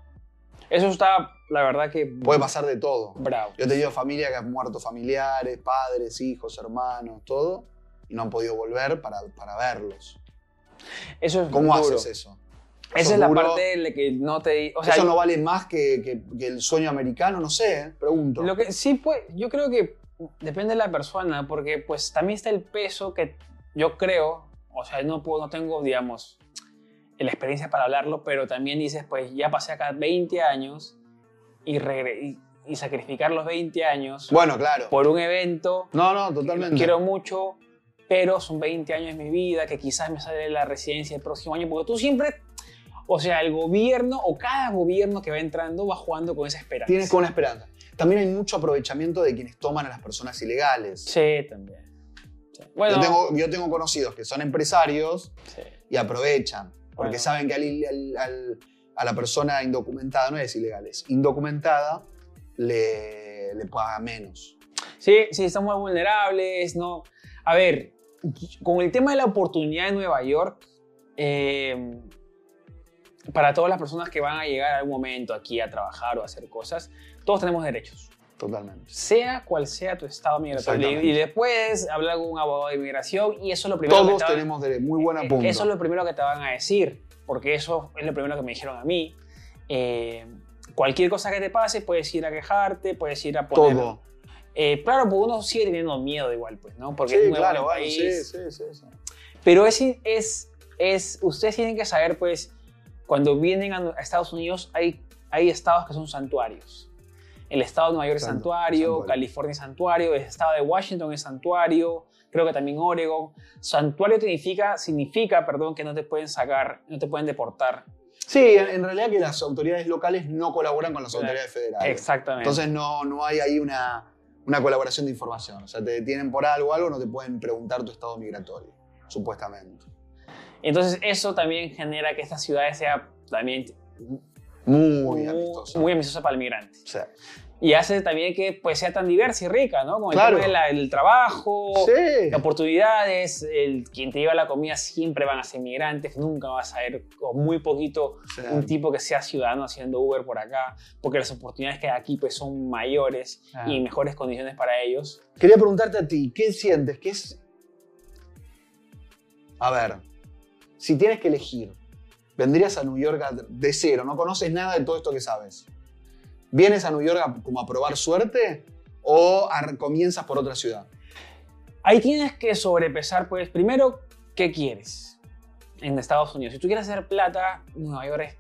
Eso está, la verdad que...
Puede pasar de todo.
Bravo.
Yo he tenido familia que han muerto familiares, padres, hijos, hermanos, todo, y no han podido volver para, para verlos.
Eso es
¿Cómo
duro.
haces eso?
Esa
Eso
es la
duro.
parte en la que no te... O sea,
¿Eso no vale más que, que- que el sueño americano? No sé, ¿eh? pregunto.
lo que sí, pues, yo creo que depende de la persona, porque pues también está el peso que yo creo, o sea, no, puedo, no tengo, digamos, la experiencia para hablarlo, pero también dices, pues ya pasé acá 20 años y, regre- y, y sacrificar los 20 años
Bueno, claro.
por un evento
No, no,
que
totalmente.
quiero mucho, pero son 20 años de mi vida, que quizás me sale la residencia el próximo año, porque tú siempre, o sea, el gobierno o cada gobierno que va entrando va jugando con esa esperanza.
Tienes con una esperanza. También hay mucho aprovechamiento de quienes toman a las personas ilegales.
Sí, también. Sí. Bueno,
Yo, tengo, yo tengo conocidos que son empresarios
sí.
y aprovechan, porque
Bueno.
saben que al il- al- al- a la persona indocumentada no es ilegal, es indocumentada, le, le paga menos.
Sí, sí, están muy vulnerables, ¿no? A ver, con el tema de la oportunidad en Nueva York, eh, para todas las personas que van a llegar a algún momento aquí a trabajar o a hacer cosas, todos tenemos derechos,
Totalmente.
sea cual sea tu estado migratorio.
Exactamente.
Y, y después hablar con un abogado de inmigración y eso es lo primero que
Todos
te van-
tenemos de muy buena
eh,
punto.
Eso es lo primero que te van a decir, porque eso es lo primero que me dijeron a mí. Eh, cualquier cosa que te pase, puedes ir a quejarte, puedes ir a poner...
Todo.
Eh, claro, porque uno sigue teniendo miedo igual, pues, ¿no? Porque
Sí,
es nuevo en
claro,
el
bueno,
país.
sí, sí, sí, sí.
Pero es, es, es, ustedes tienen que saber, pues, cuando vienen a, a Estados Unidos hay, hay estados que son santuarios. El estado de Nueva York es
Santu-
santuario,
santuario.
California es santuario, el estado de Washington es santuario, creo que también Oregon. Santuario significa, significa perdón, que no te pueden sacar, no te pueden deportar.
Sí, en, en realidad que las autoridades locales no colaboran con las
Claro.
autoridades federales.
Exactamente.
Entonces no, no hay ahí una, una colaboración de información. O sea, te detienen por algo, algo, no te pueden preguntar tu estado migratorio, supuestamente.
Entonces eso también genera que esta ciudad sea también
Muy,
muy
amistoso.
muy amistosa para el migrante.
O sea,
Y hace también que pues, sea tan diversa y rica, ¿no? Con el
Claro.
tema de la- del trabajo,
sí.
de oportunidades, el, quien te lleva la comida siempre van a ser migrantes, nunca vas a ver, o muy poquito,
O sea,
un tipo que sea ciudadano haciendo Uber por acá, porque las oportunidades que hay aquí pues, son mayores
Claro.
y mejores condiciones para ellos.
Quería preguntarte a ti, ¿qué sientes? ¿Qué es...? A ver, si tienes que elegir, vendrías a New York a- de cero, no conoces nada de todo esto que sabes. ¿Vienes a New York a- como a probar suerte o a- comienzas por otra ciudad?
Ahí tienes que sobrepesar, pues, primero, ¿qué quieres en Estados Unidos? Si tú quieres hacer plata, Nueva York es,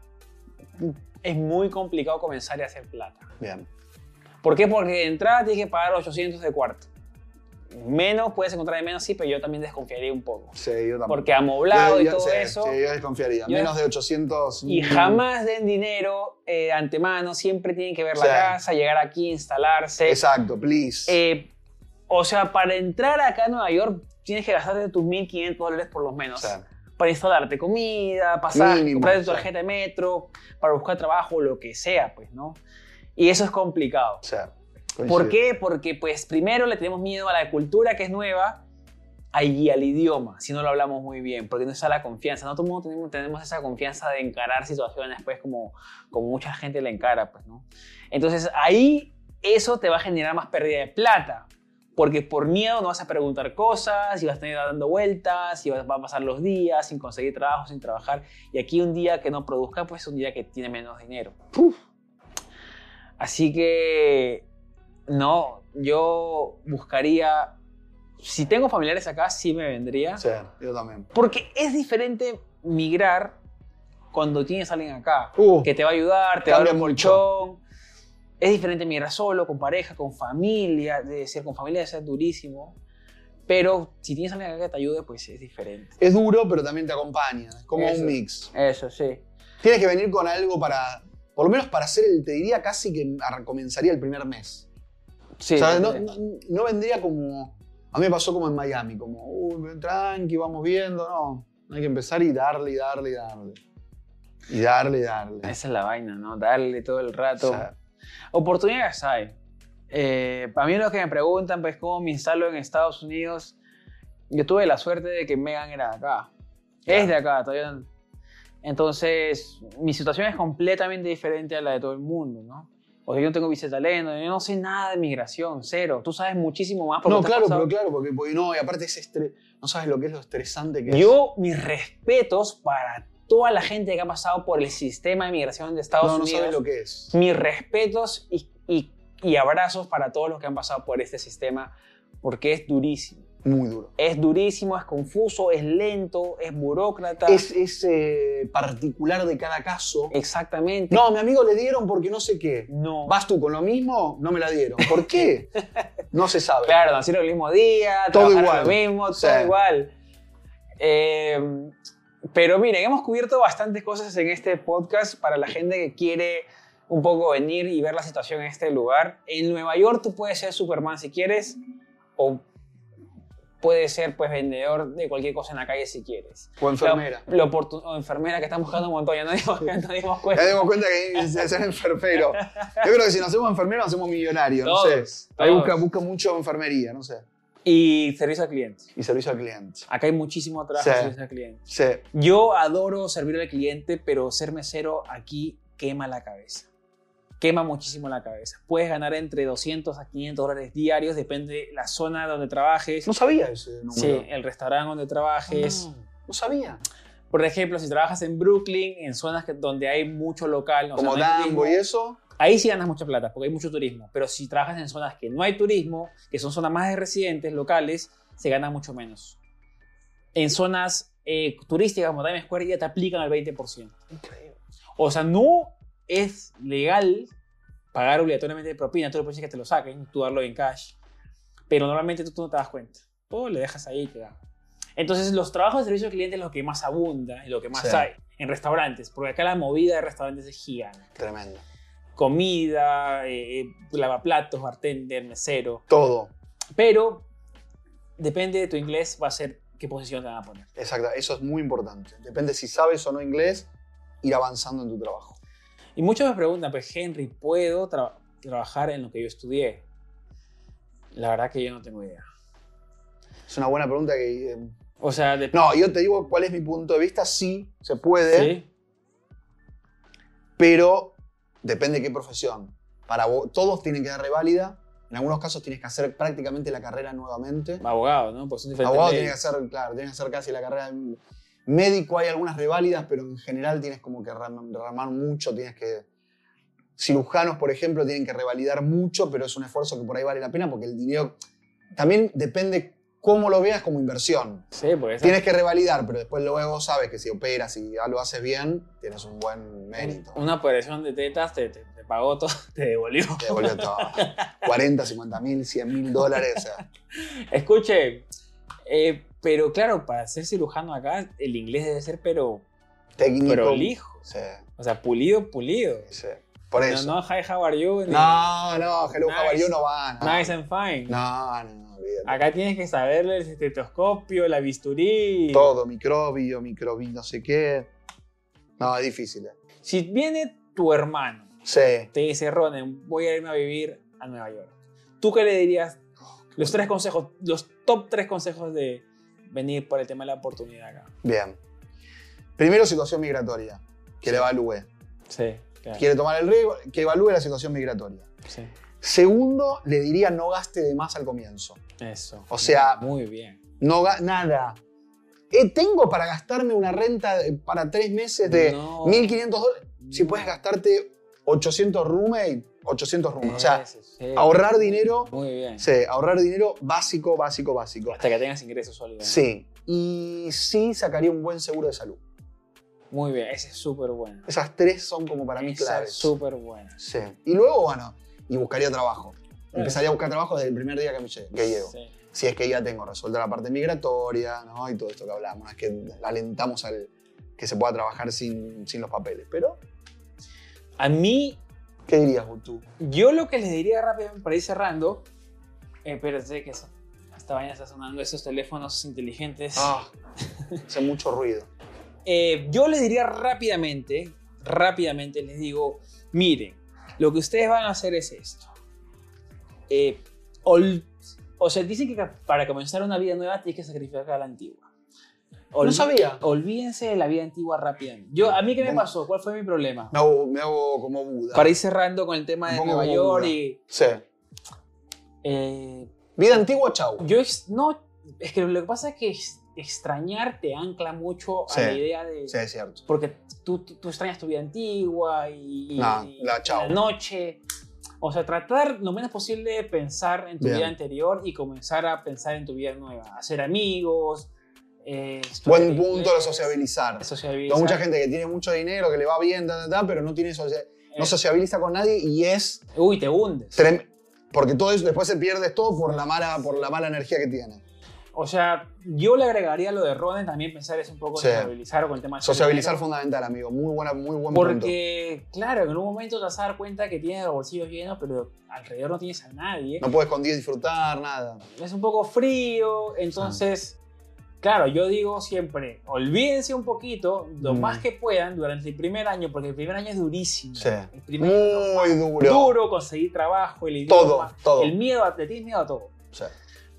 es muy complicado comenzar a hacer plata.
Bien.
¿Por qué? Porque de entrada tienes que pagar 800 de cuarto. Menos, puedes encontrar de menos, sí, pero yo también desconfiaría un poco.
Sí, yo también.
Porque amoblado
Yo-
y
yo-
todo
sí,
eso.
sí, yo desconfiaría.
Yo-
Menos de 800.
Y
mm,
jamás den dinero eh, antemano, siempre tienen que ver la
Sí.
casa, llegar aquí, instalarse.
Exacto, please.
Eh, o sea, para entrar acá a Nueva York tienes que gastarte tus 1.500 dólares por lo menos.
Sí.
Para instalarte comida, pasar,
Mínimo,
comprar tu
sí.
tarjeta de metro, para buscar trabajo, lo que sea, pues, ¿no? Y eso es complicado.
Sí,
¿Por
coincido.
qué? Porque pues primero le tenemos miedo a la cultura que es nueva y al idioma, si no lo hablamos muy bien, porque no está la confianza. No todo el mundo tenemos, tenemos esa confianza de encarar situaciones pues como, como mucha gente la encara, pues, ¿no? Entonces ahí eso te va a generar más pérdida de plata, porque por miedo no vas a preguntar cosas y vas a tener dando vueltas y vas, va a pasar los días sin conseguir trabajo, sin trabajar. Y aquí un día que no produzca, pues es un día que tiene menos dinero. Así que no, yo buscaría. Si tengo familiares acá, sí me vendría.
Sí, yo también.
Porque es diferente migrar cuando tienes a alguien acá.
Uh,
que te va a ayudar, te va a dar
cambia
un
mucho.
colchón. Es diferente migrar solo, con pareja, con familia. De decir, con familia debe ser durísimo. Pero si tienes a alguien acá que te ayude, pues es diferente.
Es duro, pero también te acompaña. Es como
Eso.
un mix.
Eso, sí.
Tienes que venir con algo para. Por lo menos para hacer el. Te diría casi que ar- comenzaría el primer mes.
Sí.
o sea, no, no- no vendría como. A mí me pasó como en Miami, como, uy, tranqui, vamos viendo. No. Hay que empezar y darle, y darle, y darle. Y darle, y darle.
Esa es la vaina, ¿no? Darle todo el
O
rato.
sea,
Oportunidades hay. Eh, para mí los que me preguntan, pues, cómo me instalo en Estados Unidos, yo tuve la suerte de que Megan era de acá. Es de acá, todavía. no- Entonces, mi situación es completamente diferente a la de todo el mundo, ¿no? O sea, yo no tengo vicetalento, yo no sé nada de migración, cero. Tú sabes muchísimo más. Ah, porque
no,
te has
claro,
pasado-
pero claro, porque, porque no, y aparte es estre- no sabes lo que es lo estresante que es.
Yo, mis respetos para toda la gente que ha pasado por el sistema de migración de Estados
No, no
Unidos.
sabes lo que es.
mis respetos y, y- y abrazos para todos los que han pasado por este sistema, porque es durísimo.
Muy duro.
Es durísimo, es confuso, es lento, es burócrata.
Es, es, eh, particular de cada caso.
Exactamente.
No, a mi amigo le dieron porque no sé qué.
No.
¿Vas tú con lo mismo? No me la dieron. ¿Por qué? No se sabe.
Claro, nacer el mismo día,
Todo
trabajar
igual.
lo mismo,
Sí.
todo igual. Eh, pero miren, hemos cubierto bastantes cosas en este podcast para la gente que quiere un poco venir y ver la situación en este lugar. En Nueva York tú puedes ser Superman si quieres o puedes ser pues vendedor de cualquier cosa en la calle si quieres.
O enfermera.
La, la oportu- o enfermera que estamos buscando un montón, ya no dimos, ya no dimos
Ya
cuenta.
dimos cuenta que se hacen enfermero. Yo creo que si nos hacemos enfermero, nos hacemos millonarios. No sé.
Todos,
Ahí
todos.
busca, busca mucho enfermería, no sé.
Y servicio al cliente.
Y servicio al cliente.
Acá hay muchísimo trabajo de
Sí.
servicio al cliente.
Sí.
Yo adoro servir al cliente, pero ser mesero aquí quema la cabeza. Quema muchísimo la cabeza. Puedes ganar entre 200 a 500 dólares diarios, depende la zona donde trabajes,
No sabía ese número.
sí, el restaurante donde trabajes.
No, no sabía.
Por ejemplo, si trabajas en Brooklyn, en zonas que- donde hay mucho local, o sea,
Como
no hay
Dambo
turismo,
y eso.
ahí sí ganas mucha plata porque hay mucho turismo. Pero si trabajas en zonas que no hay turismo, que son zonas más de residentes locales, se gana mucho menos. En zonas eh, turísticas como Times Square ya te aplican el 20%. O sea, no es legal pagar obligatoriamente de propina. Tú le puedes decir que te lo saquen, tú darlo en cash. Pero normalmente tú, tú no te das cuenta. O le dejas ahí y te da. Entonces, los trabajos de servicio al cliente es lo que más abunda y lo que más
Sí.
hay en restaurantes. Porque acá la movida de restaurantes es gigante
Tremendo.
comida, eh, eh, lavaplatos, bartender, mesero.
Todo.
Pero depende de tu inglés, va a ser qué posición te van a poner.
Exacto. Eso es muy importante. Depende si sabes o no inglés, ir avanzando en tu trabajo.
Y muchos me preguntan, pues Henry, ¿puedo tra- trabajar en lo que yo estudié? La verdad que yo no tengo idea.
Es una buena pregunta que. eh,
O sea, depende.
No, yo te digo cuál es mi punto de vista. Sí, se puede. pero depende de qué profesión. Para vo- todos tienen que dar reválida. En algunos casos tienes que hacer prácticamente la carrera nuevamente.
abogado, ¿no? Pues son diferentes
Abogado
leyes.
tiene que hacer, claro, tiene que hacer casi la carrera. de- Médico hay algunas reválidas, pero en general tienes como que ram- ramar mucho, tienes que cirujanos, por ejemplo, tienen que revalidar mucho, pero es un esfuerzo que por ahí vale la pena porque el dinero también depende cómo lo veas como inversión.
Sí, porque esa-
Tienes que revalidar, pero después luego sabes que si operas y ya lo haces bien, tienes un buen mérito.
una operación de tetas te, te- te pagó todo, te devolvió.
Te devolvió todo. 40, 50 mil, 100 mil dólares. o sea,
Escuche, eh, pero claro, para ser cirujano acá, el inglés debe ser, pero
técnico.
prolijo.
Sí,
O sea, pulido, pulido.
sí. Por
No,
eso.
No, hi, how are you? ni
No, no, Hello
Nice.
How are you no va. No,
Nice and fine.
no, no, no, olvídate.
Acá tienes que saber el estetoscopio, la bisturí.
Todo, microbio, microbi, no sé qué. No, es difícil. eh.
Si viene tu hermano,
Sí.
te dice, Ronen, voy a irme a vivir a Nueva York. ¿Tú qué le dirías? Los tres consejos, los top tres consejos de venir por el tema de la oportunidad acá.
Bien. Primero, situación migratoria. Que la evalúe.
Sí, claro.
Quiere tomar el riesgo, que evalúe la situación migratoria.
Sí.
Segundo, le diría no gaste de más al comienzo.
Eso.
O sea-
Muy bien.
No ga- nada. Eh, tengo para gastarme una renta de- para tres meses de
No.
1.500 dólares. Si
No.
puedes gastarte 800 roommate, 800 roommate. O sea,
Eso, sí.
ahorrar dinero.
Muy bien.
Sí, ahorrar dinero básico, básico, básico.
Hasta que tengas ingresos sólidos.
Sí. Y sí sacaría un buen seguro de salud.
Muy bien. Ese es súper bueno.
Esas tres son como para mí
Esa es
claves.
Súper bueno.
Sí. Y luego, bueno, y buscaría trabajo. Empezaría a buscar trabajo desde el primer día que, me llegue- que llego.
Sí.
si es que ya tengo resuelta la parte migratoria ¿no? y todo esto que hablamos, no es que alentamos al que se pueda trabajar sin, sin los papeles. Pero,
A mí,
¿qué dirías vos tú?
yo lo que les diría rápidamente para ir cerrando. eh, Espérense que eso, esta vaina está sonando, esos teléfonos inteligentes.
Ah, hace mucho ruido.
Eh, yo les diría rápidamente, rápidamente les digo: miren, lo que ustedes van a hacer es esto. Eh, ol- o sea, dicen que ca- para comenzar una vida nueva tienes que sacrificar la antigua.
No
Ol-
sabía.
Olvídense de la vida antigua rápidamente. Yo, ¿A mí qué me
Venga.
pasó? ¿Cuál fue mi problema?
Me hago, me hago como Buda.
Para ir cerrando con el tema de
Pongo
Nueva
como
York
duda.
y.
Sí.
eh,
Vida antigua, chau.
Yo ex- no, es que lo que pasa es que ex- extrañar te ancla mucho
Sí,
a la idea de...
Sí, es cierto.
Porque tú, tú tú extrañas tu vida antigua y, y-
No,
y
la chao.
noche. O sea, tratar lo menos posible de pensar en tu
Bien.
vida anterior y comenzar a pensar en tu vida nueva. Hacer amigos. eh, estudiar
Buen punto lo
inglés,
sociabilizar.
sociabilizar.
Hay mucha gente que tiene mucho dinero, que le va bien, ta, ta, ta, pero no, tiene socia- no
Eh.
sociabiliza con nadie y es
Uy, te hundes.
trem- Porque todo eso, después se pierdes todo por la mala, por la mala energía que tiene.
O sea, yo le agregaría lo de Ronen también pensar es un poco
Sí.
sociabilizar con el tema de ser
Sociabilizar
negro.
fundamental, amigo. Muy buena, muy buen punto.
Porque, claro, en un momento te vas a dar cuenta que tienes los bolsillos llenos, pero alrededor no tienes a nadie.
No puedes con 10 disfrutar, nada.
Es un poco
Ah.
frío, entonces, claro, yo digo siempre, olvídense un poquito, lo
Mm.
más que puedan durante el primer año, porque el primer año es durísimo.
Sí.
El primer año
Muy
es
duro.
duro, conseguir trabajo, el idioma,
Todo, todo.
el miedo, a- le tienes miedo a todo.
Sí.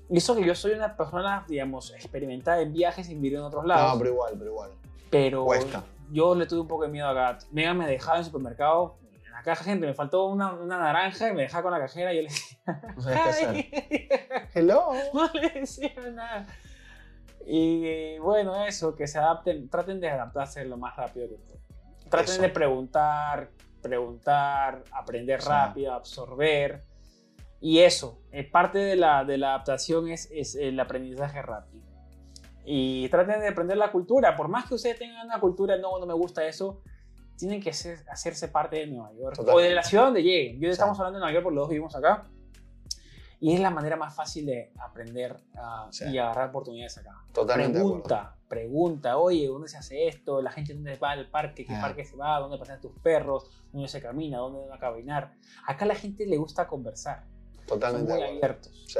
Y eso que yo soy una persona, digamos, experimentada en viajes y vivir en otros lados.
No, pero igual, pero igual.
Pero
Cuesta.
yo le tuve un poco de miedo a Gat. Mega me dejaba en el supermercado, en la caja, gente, me faltó una, una naranja y me dejaba con la cajera y yo le decía,
No sabes qué hacer.
"Ay".
Hello.
no le decía nada. Y bueno, eso, que se adapten, traten de adaptarse lo más rápido que puedan. Traten
Eso.
de preguntar, preguntar, aprender
Sí.
rápido, absorber. Y eso, eh, parte de la, de la adaptación es, es el aprendizaje rápido. Y traten de aprender la cultura. Por más que ustedes tengan una cultura, no, no me gusta eso, tienen que ser- hacerse parte de Nueva York. O de
Totalmente.
la ciudad donde lleguen. Yo
Sí.
estamos hablando de Nueva York, por los dos vivimos acá. Y es la manera más fácil de aprender ah,
Sí.
y agarrar oportunidades acá.
Totalmente de acuerdo.
pregunta, pregunta, oye, ¿dónde se hace esto? ¿La gente dónde va al parque? ¿Qué
Ah.
parque se va? ¿Dónde pasan tus perros? ¿Dónde se camina? ¿Dónde va a caminar? Acá la gente le gusta conversar, son
Totalmente
muy
de acuerdo.
abiertos.
Sí.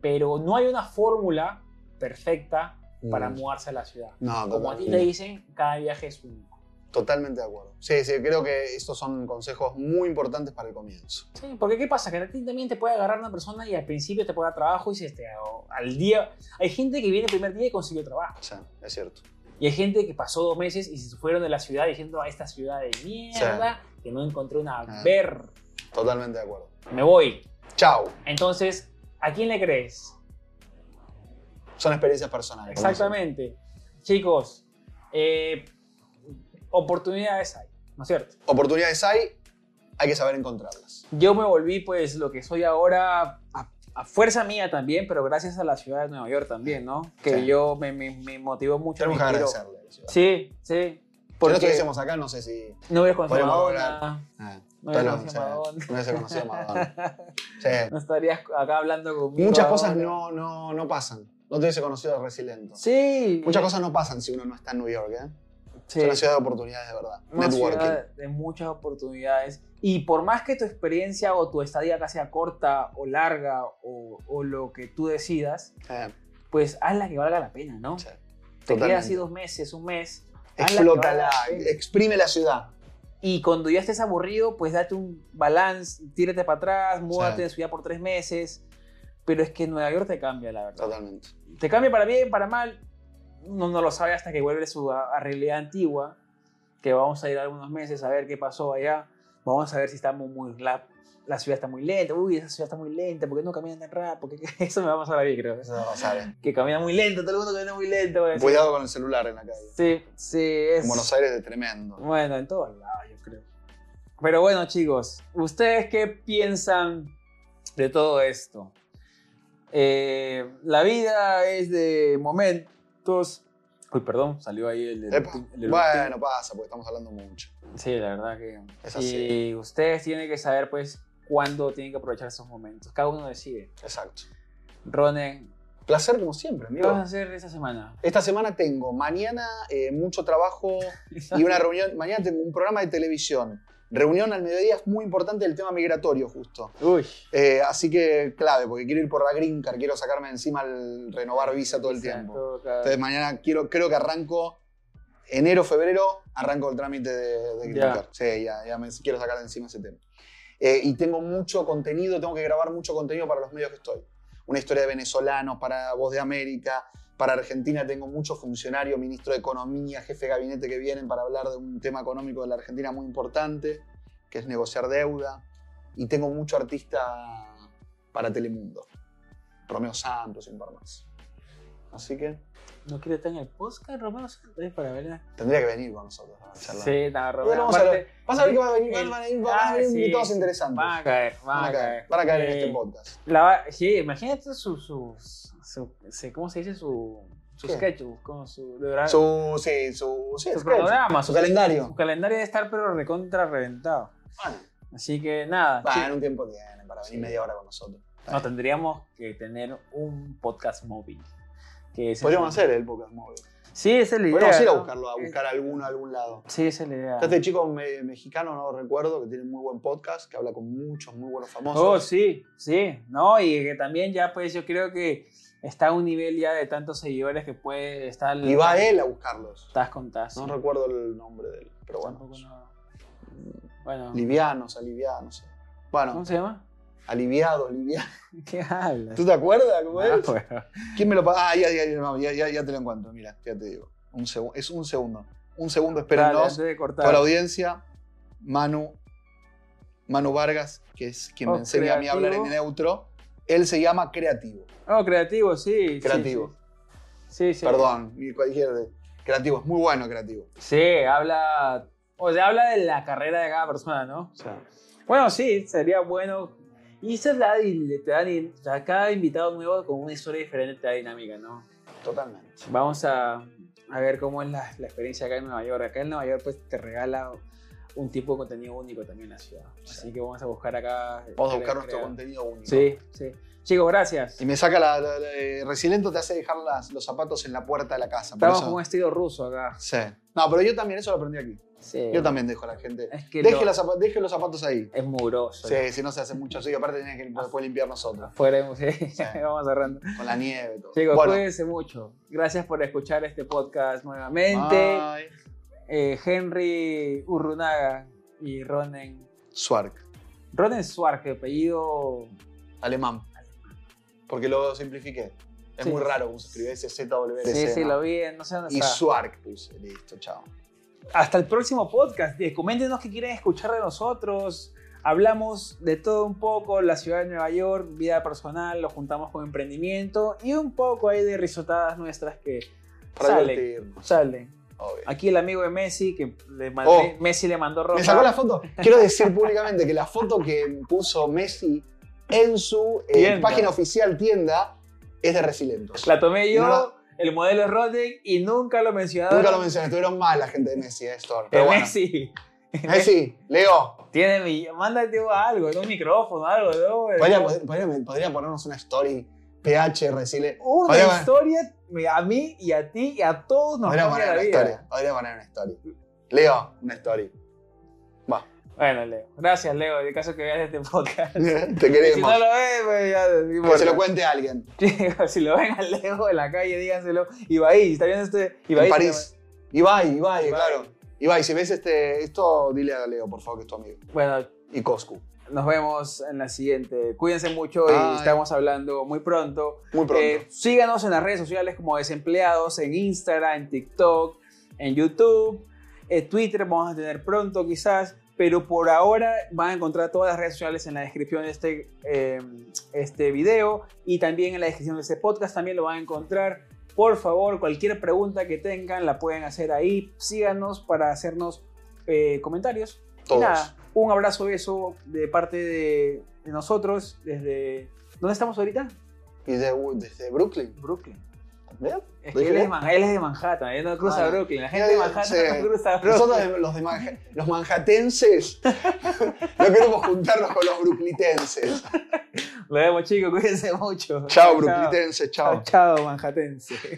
Pero no hay una fórmula perfecta para
Mm.
mudarse a la ciudad.
No,
Como a ti te
totalmente.
dicen, cada viaje es único.
Totalmente de acuerdo. Sí, sí, creo que estos son consejos muy importantes para el comienzo.
Sí, porque ¿qué pasa? Que a ti también te puede agarrar una persona y al principio te puede dar trabajo y se te, o al día... Hay gente que viene el primer día y consiguió trabajo.
Sí, es cierto.
Y hay gente que pasó dos meses y se fueron de la ciudad diciendo a esta ciudad de mierda que no encontré una
Ah.
ver,
Totalmente de acuerdo.
me voy.
Chao.
Entonces, ¿a quién le crees?
Son experiencias personales.
Exactamente. Chicos, eh, oportunidades hay, ¿no es cierto?
Oportunidades hay, hay que saber encontrarlas.
Yo me volví pues lo que soy ahora a, a fuerza mía también, pero gracias a la ciudad de Nueva York también, ¿no? Que
Sí.
yo me, me- me motivó mucho.
Tenemos que
me inspiró.
agradecerle. a la ciudad.
Sí, sí.
Si no
Porque
estuviésemos acá, no sé si.
no hubieras conocido a
podríamos
Madonna,
Ah,
No hubiera
tal vez,
conocido a
sí,
Madonna.
no hubiese conocido a Madonna. Sí.
no estarías acá hablando conmigo.
Muchas cosas
ahora.
no, no, no pasan. No te hubiese conocido a Resiliento.
Sí.
Muchas cosas no pasan si uno no está en New York. ¿eh?
Sí.
Es una ciudad de oportunidades, de verdad.
Una
Networking.
ciudad de muchas oportunidades. Y por más que tu experiencia o tu estadía acá sea corta o larga o, o lo que tú decidas,
Eh,
pues hazla que valga la pena, ¿no?
sí.
Te
totalmente.
quedas así dos meses, un mes. hazla que
Explótala,
valga la pena.
exprime la ciudad.
Y cuando ya estés aburrido, pues date un balance, tírate para atrás, múdate de ciudad por tres meses. Pero es que Nueva York te cambia, la verdad.
Totalmente.
te cambia para bien, para mal, no, no lo sabe hasta que vuelve su a, a realidad antigua, que vamos a ir algunos meses a ver qué pasó allá, vamos a ver si estamos muy, la, la ciudad está muy lenta, uy, esa ciudad está muy lenta, ¿por qué no caminan tan rápido? Porque eso me va a pasar a mí, creo.
Eso no sale.
Que camina muy lento, todo el mundo camina muy lento. voy a decir.
Cuidado con el celular en la calle.
Sí, sí, es...
En Buenos Aires es tremendo.
Bueno, en todos lados, yo creo. Pero bueno, chicos, ¿ustedes qué piensan de todo esto? Eh, la vida es de momentos. Uy, perdón, salió ahí el de.
Epa,
el de-
bueno, pasa, porque estamos hablando mucho.
Sí, la verdad que.
Es así.
Y ustedes tienen que saber, pues, cuándo tienen que aprovechar esos momentos. Cada uno decide.
Exacto.
Ronen,
Placer como siempre,
¿qué
amigo.
vas a hacer esta semana?
Esta semana tengo mañana eh, mucho trabajo y una reunión. Mañana tengo un programa de televisión. Reunión al mediodía es muy importante el tema migratorio, justo.
Uy.
Eh, así que clave, porque quiero ir por la green card, quiero sacarme de encima el renovar visa todo el tiempo.
Todo, claro.
Entonces mañana quiero, creo que arranco enero, febrero, arranco el trámite de, de green
Ya.
card. Sí, ya, ya me quiero sacar de encima ese tema. Eh, y tengo mucho contenido, tengo que grabar mucho contenido para los medios que estoy. Una historia de venezolanos, para Voz de América, para Argentina tengo muchos funcionarios, ministro de Economía, jefe de gabinete que vienen para hablar de un tema económico de la Argentina muy importante, que es negociar deuda. Y tengo mucho artista para Telemundo. Romeo Santos y un par más. Así que
¿No quiere estar en el podcast, Romero Santos? Para ver.
tendría que venir con nosotros a charlar.
Sí, nada,
Pero
Romero.
vamos a
aparte-
ver, vas a ver que va a venir,
el-
van a venir, van a venir
Ah, sí,
invitados
sí.
interesantes.
Van a caer, van a caer.
Van a caer en
Eh,
este podcast.
la va- sí, imagínate su, su, su- se- ¿cómo se dice? Su, su
¿Qué?
sketchbook, como su, de verdad,
Su, sí, su, sí,
su
sketch.
cronograma,
su calendario.
su calendario debe estar pero recontra reventado.
Bueno,
Así que nada,
va,
chi-
en un tiempo tienen para venir
Sí.
media hora con nosotros.
No, tendríamos que tener un podcast móvil. Que es
Podríamos hacer el podcast móvil.
Sí, esa es la idea.
Podríamos ir a
¿no?
buscarlo, a buscar alguno a algún lado.
Sí, esa es la idea.
Está este chico me- mexicano, no recuerdo, que tiene muy buen podcast, que habla con muchos muy buenos famosos.
Oh, sí, sí, ¿no? Y que también ya, pues, yo creo que está a un nivel ya de tantos seguidores que puede estar...
Y va él a buscarlos.
Estás con Taz,
No
sí.
recuerdo el nombre de él, pero bueno.
Tampoco no- Bueno,
Livianos, alivianos. Bueno,
¿cómo se llama?
aliviados, livianos.
¿Qué hablas?
¿Tú te acuerdas cómo
Ah,
es?
bueno.
¿Quién me lo pagó? Ah, ya, ya, ya, no, ya, ya, ya te lo encuentro, mira, ya te digo. Un segu- es un segundo. Un segundo,
Dale,
espérenos.
antes de cortar.
Para la audiencia, Manu, Manu Vargas, que es quien me
Oh,
enseña a mí a hablar en
creativo.
neutro, él se llama Creativo.
Oh, creativo, sí. sí,
Creativo.
Sí, sí. sí.
Perdón, y cualquier de- Creativo, es muy bueno creativo.
Sí, habla... O sea, habla de la carrera de cada persona, ¿no?
O sea,
Bueno, sí, sería bueno. Y esa es la di- te da di- o sea, cada invitado nuevo con una historia diferente te da dinámica, ¿no?
totalmente.
Vamos a, a ver cómo es la, la experiencia acá en Nueva York. Acá en Nueva York pues te regala un tipo de contenido único también la ciudad. Así que vamos a buscar acá.
Vamos
crea-
a buscar nuestro
crear.
contenido único.
Sí, sí. Chicos, gracias.
Y me saca la. la- la- eh, Resilento te hace dejar las- los zapatos en la puerta de la casa. por
Estamos
eso-
con un estilo ruso acá.
Sí. No, pero yo también, eso lo aprendí aquí.
Sí.
Yo también dejo a la gente.
Es que
Deje,
lo-
los zapa- deje los zapatos ahí.
es mugroso.
Sí, si no se hace mucho así, aparte tenés que después limpiar nosotros.
Fuera de sí.
Sí.
vamos cerrando.
Con la nieve y todo.
Chicos,
Bueno.
cuídense mucho. Gracias por escuchar este podcast nuevamente.
Bye.
eh, Henry Urrunaga y Ronen.
Swark,
Ronen Suárez, apellido.
alemán. Porque lo simplifiqué. Es
Sí.
muy raro cómo se escribe ese ZWRC.
Sí, sí,
¿no?
lo vi, no sé dónde
Y
está.
Swark puse, listo, chao.
Hasta el próximo podcast. Eh, Coméntenos qué quieren escuchar de nosotros. Hablamos de todo un poco, la ciudad de Nueva York, vida personal, lo juntamos con emprendimiento y un poco ahí de risotadas nuestras que
Para
Sale.
divertirnos.
salen.
obvio.
Aquí el amigo de Messi, que le mandé-
Oh.
Messi le mandó ropa.
Me sacó la foto. Quiero decir públicamente que la foto que puso Messi en su eh,
Tienda.
página oficial tienda es de Resilentos.
La tomé yo,
No la-
el modelo es Ronen y nunca lo mencionaron.
Nunca lo mencioné, estuvieron mal la gente de Messi, eh, Store.
El
Pero bueno. Messi.
Messi.
Leo,
Tiene mi... Mándate algo, un micrófono, algo, ¿no?
podría, podría- podría ponernos una story PH Resile.
Una
Podría-
historia me- a mí y a ti y a todos nos
podría
cambia
poner
la
una
vida.
story. Podría poner una story. Leo, una story. Va.
Bueno, Leo. Gracias, Leo, en el caso que veas este podcast.
Te
Y si
queremos.
no lo ves, pues ya... no
que se
importa.
lo cuente a alguien.
Chicos, si lo ven a Leo en la calle, díganselo. Ibai, ¿está viendo este? Ibai,
en París. Ibai,
Ibai.
Ibai, claro. Ibai, si ves este, esto, dile a Leo, por favor, que es tu amigo.
Bueno,
Y Coscu.
nos vemos en la siguiente. Cuídense mucho
Ay.
y estamos hablando muy pronto.
Muy pronto.
Eh, síganos en las redes sociales como Desempleados, en Instagram, en TikTok, en YouTube, eh, Twitter vamos a tener pronto quizás, pero por ahora van a encontrar todas las redes sociales en la descripción de este, eh, este video y también en la descripción de este podcast también lo van a encontrar. Por favor, cualquier pregunta que tengan la pueden hacer ahí. Síganos para hacernos eh, comentarios. Y
Todos.
nada, un abrazo, beso de parte de, de nosotros desde... ¿Dónde estamos ahorita?
Y de- desde Brooklyn.
Brooklyn.
¿Bien?
Es
¿Lo
que
dije
él es,
bien?
Man- él es de Manhattan, él no cruza
Ah, no.
Brooklyn. La
Ya
gente de
digo,
Manhattan
sí.
no cruza Brooklyn.
Nosotros, de- los, de Manja- los manjatenses, no queremos juntarnos con los bruclitenses.
Nos vemos, chicos, cuídense mucho.
Chao, bruclitenses, chao.
Chao, chao, manhattense.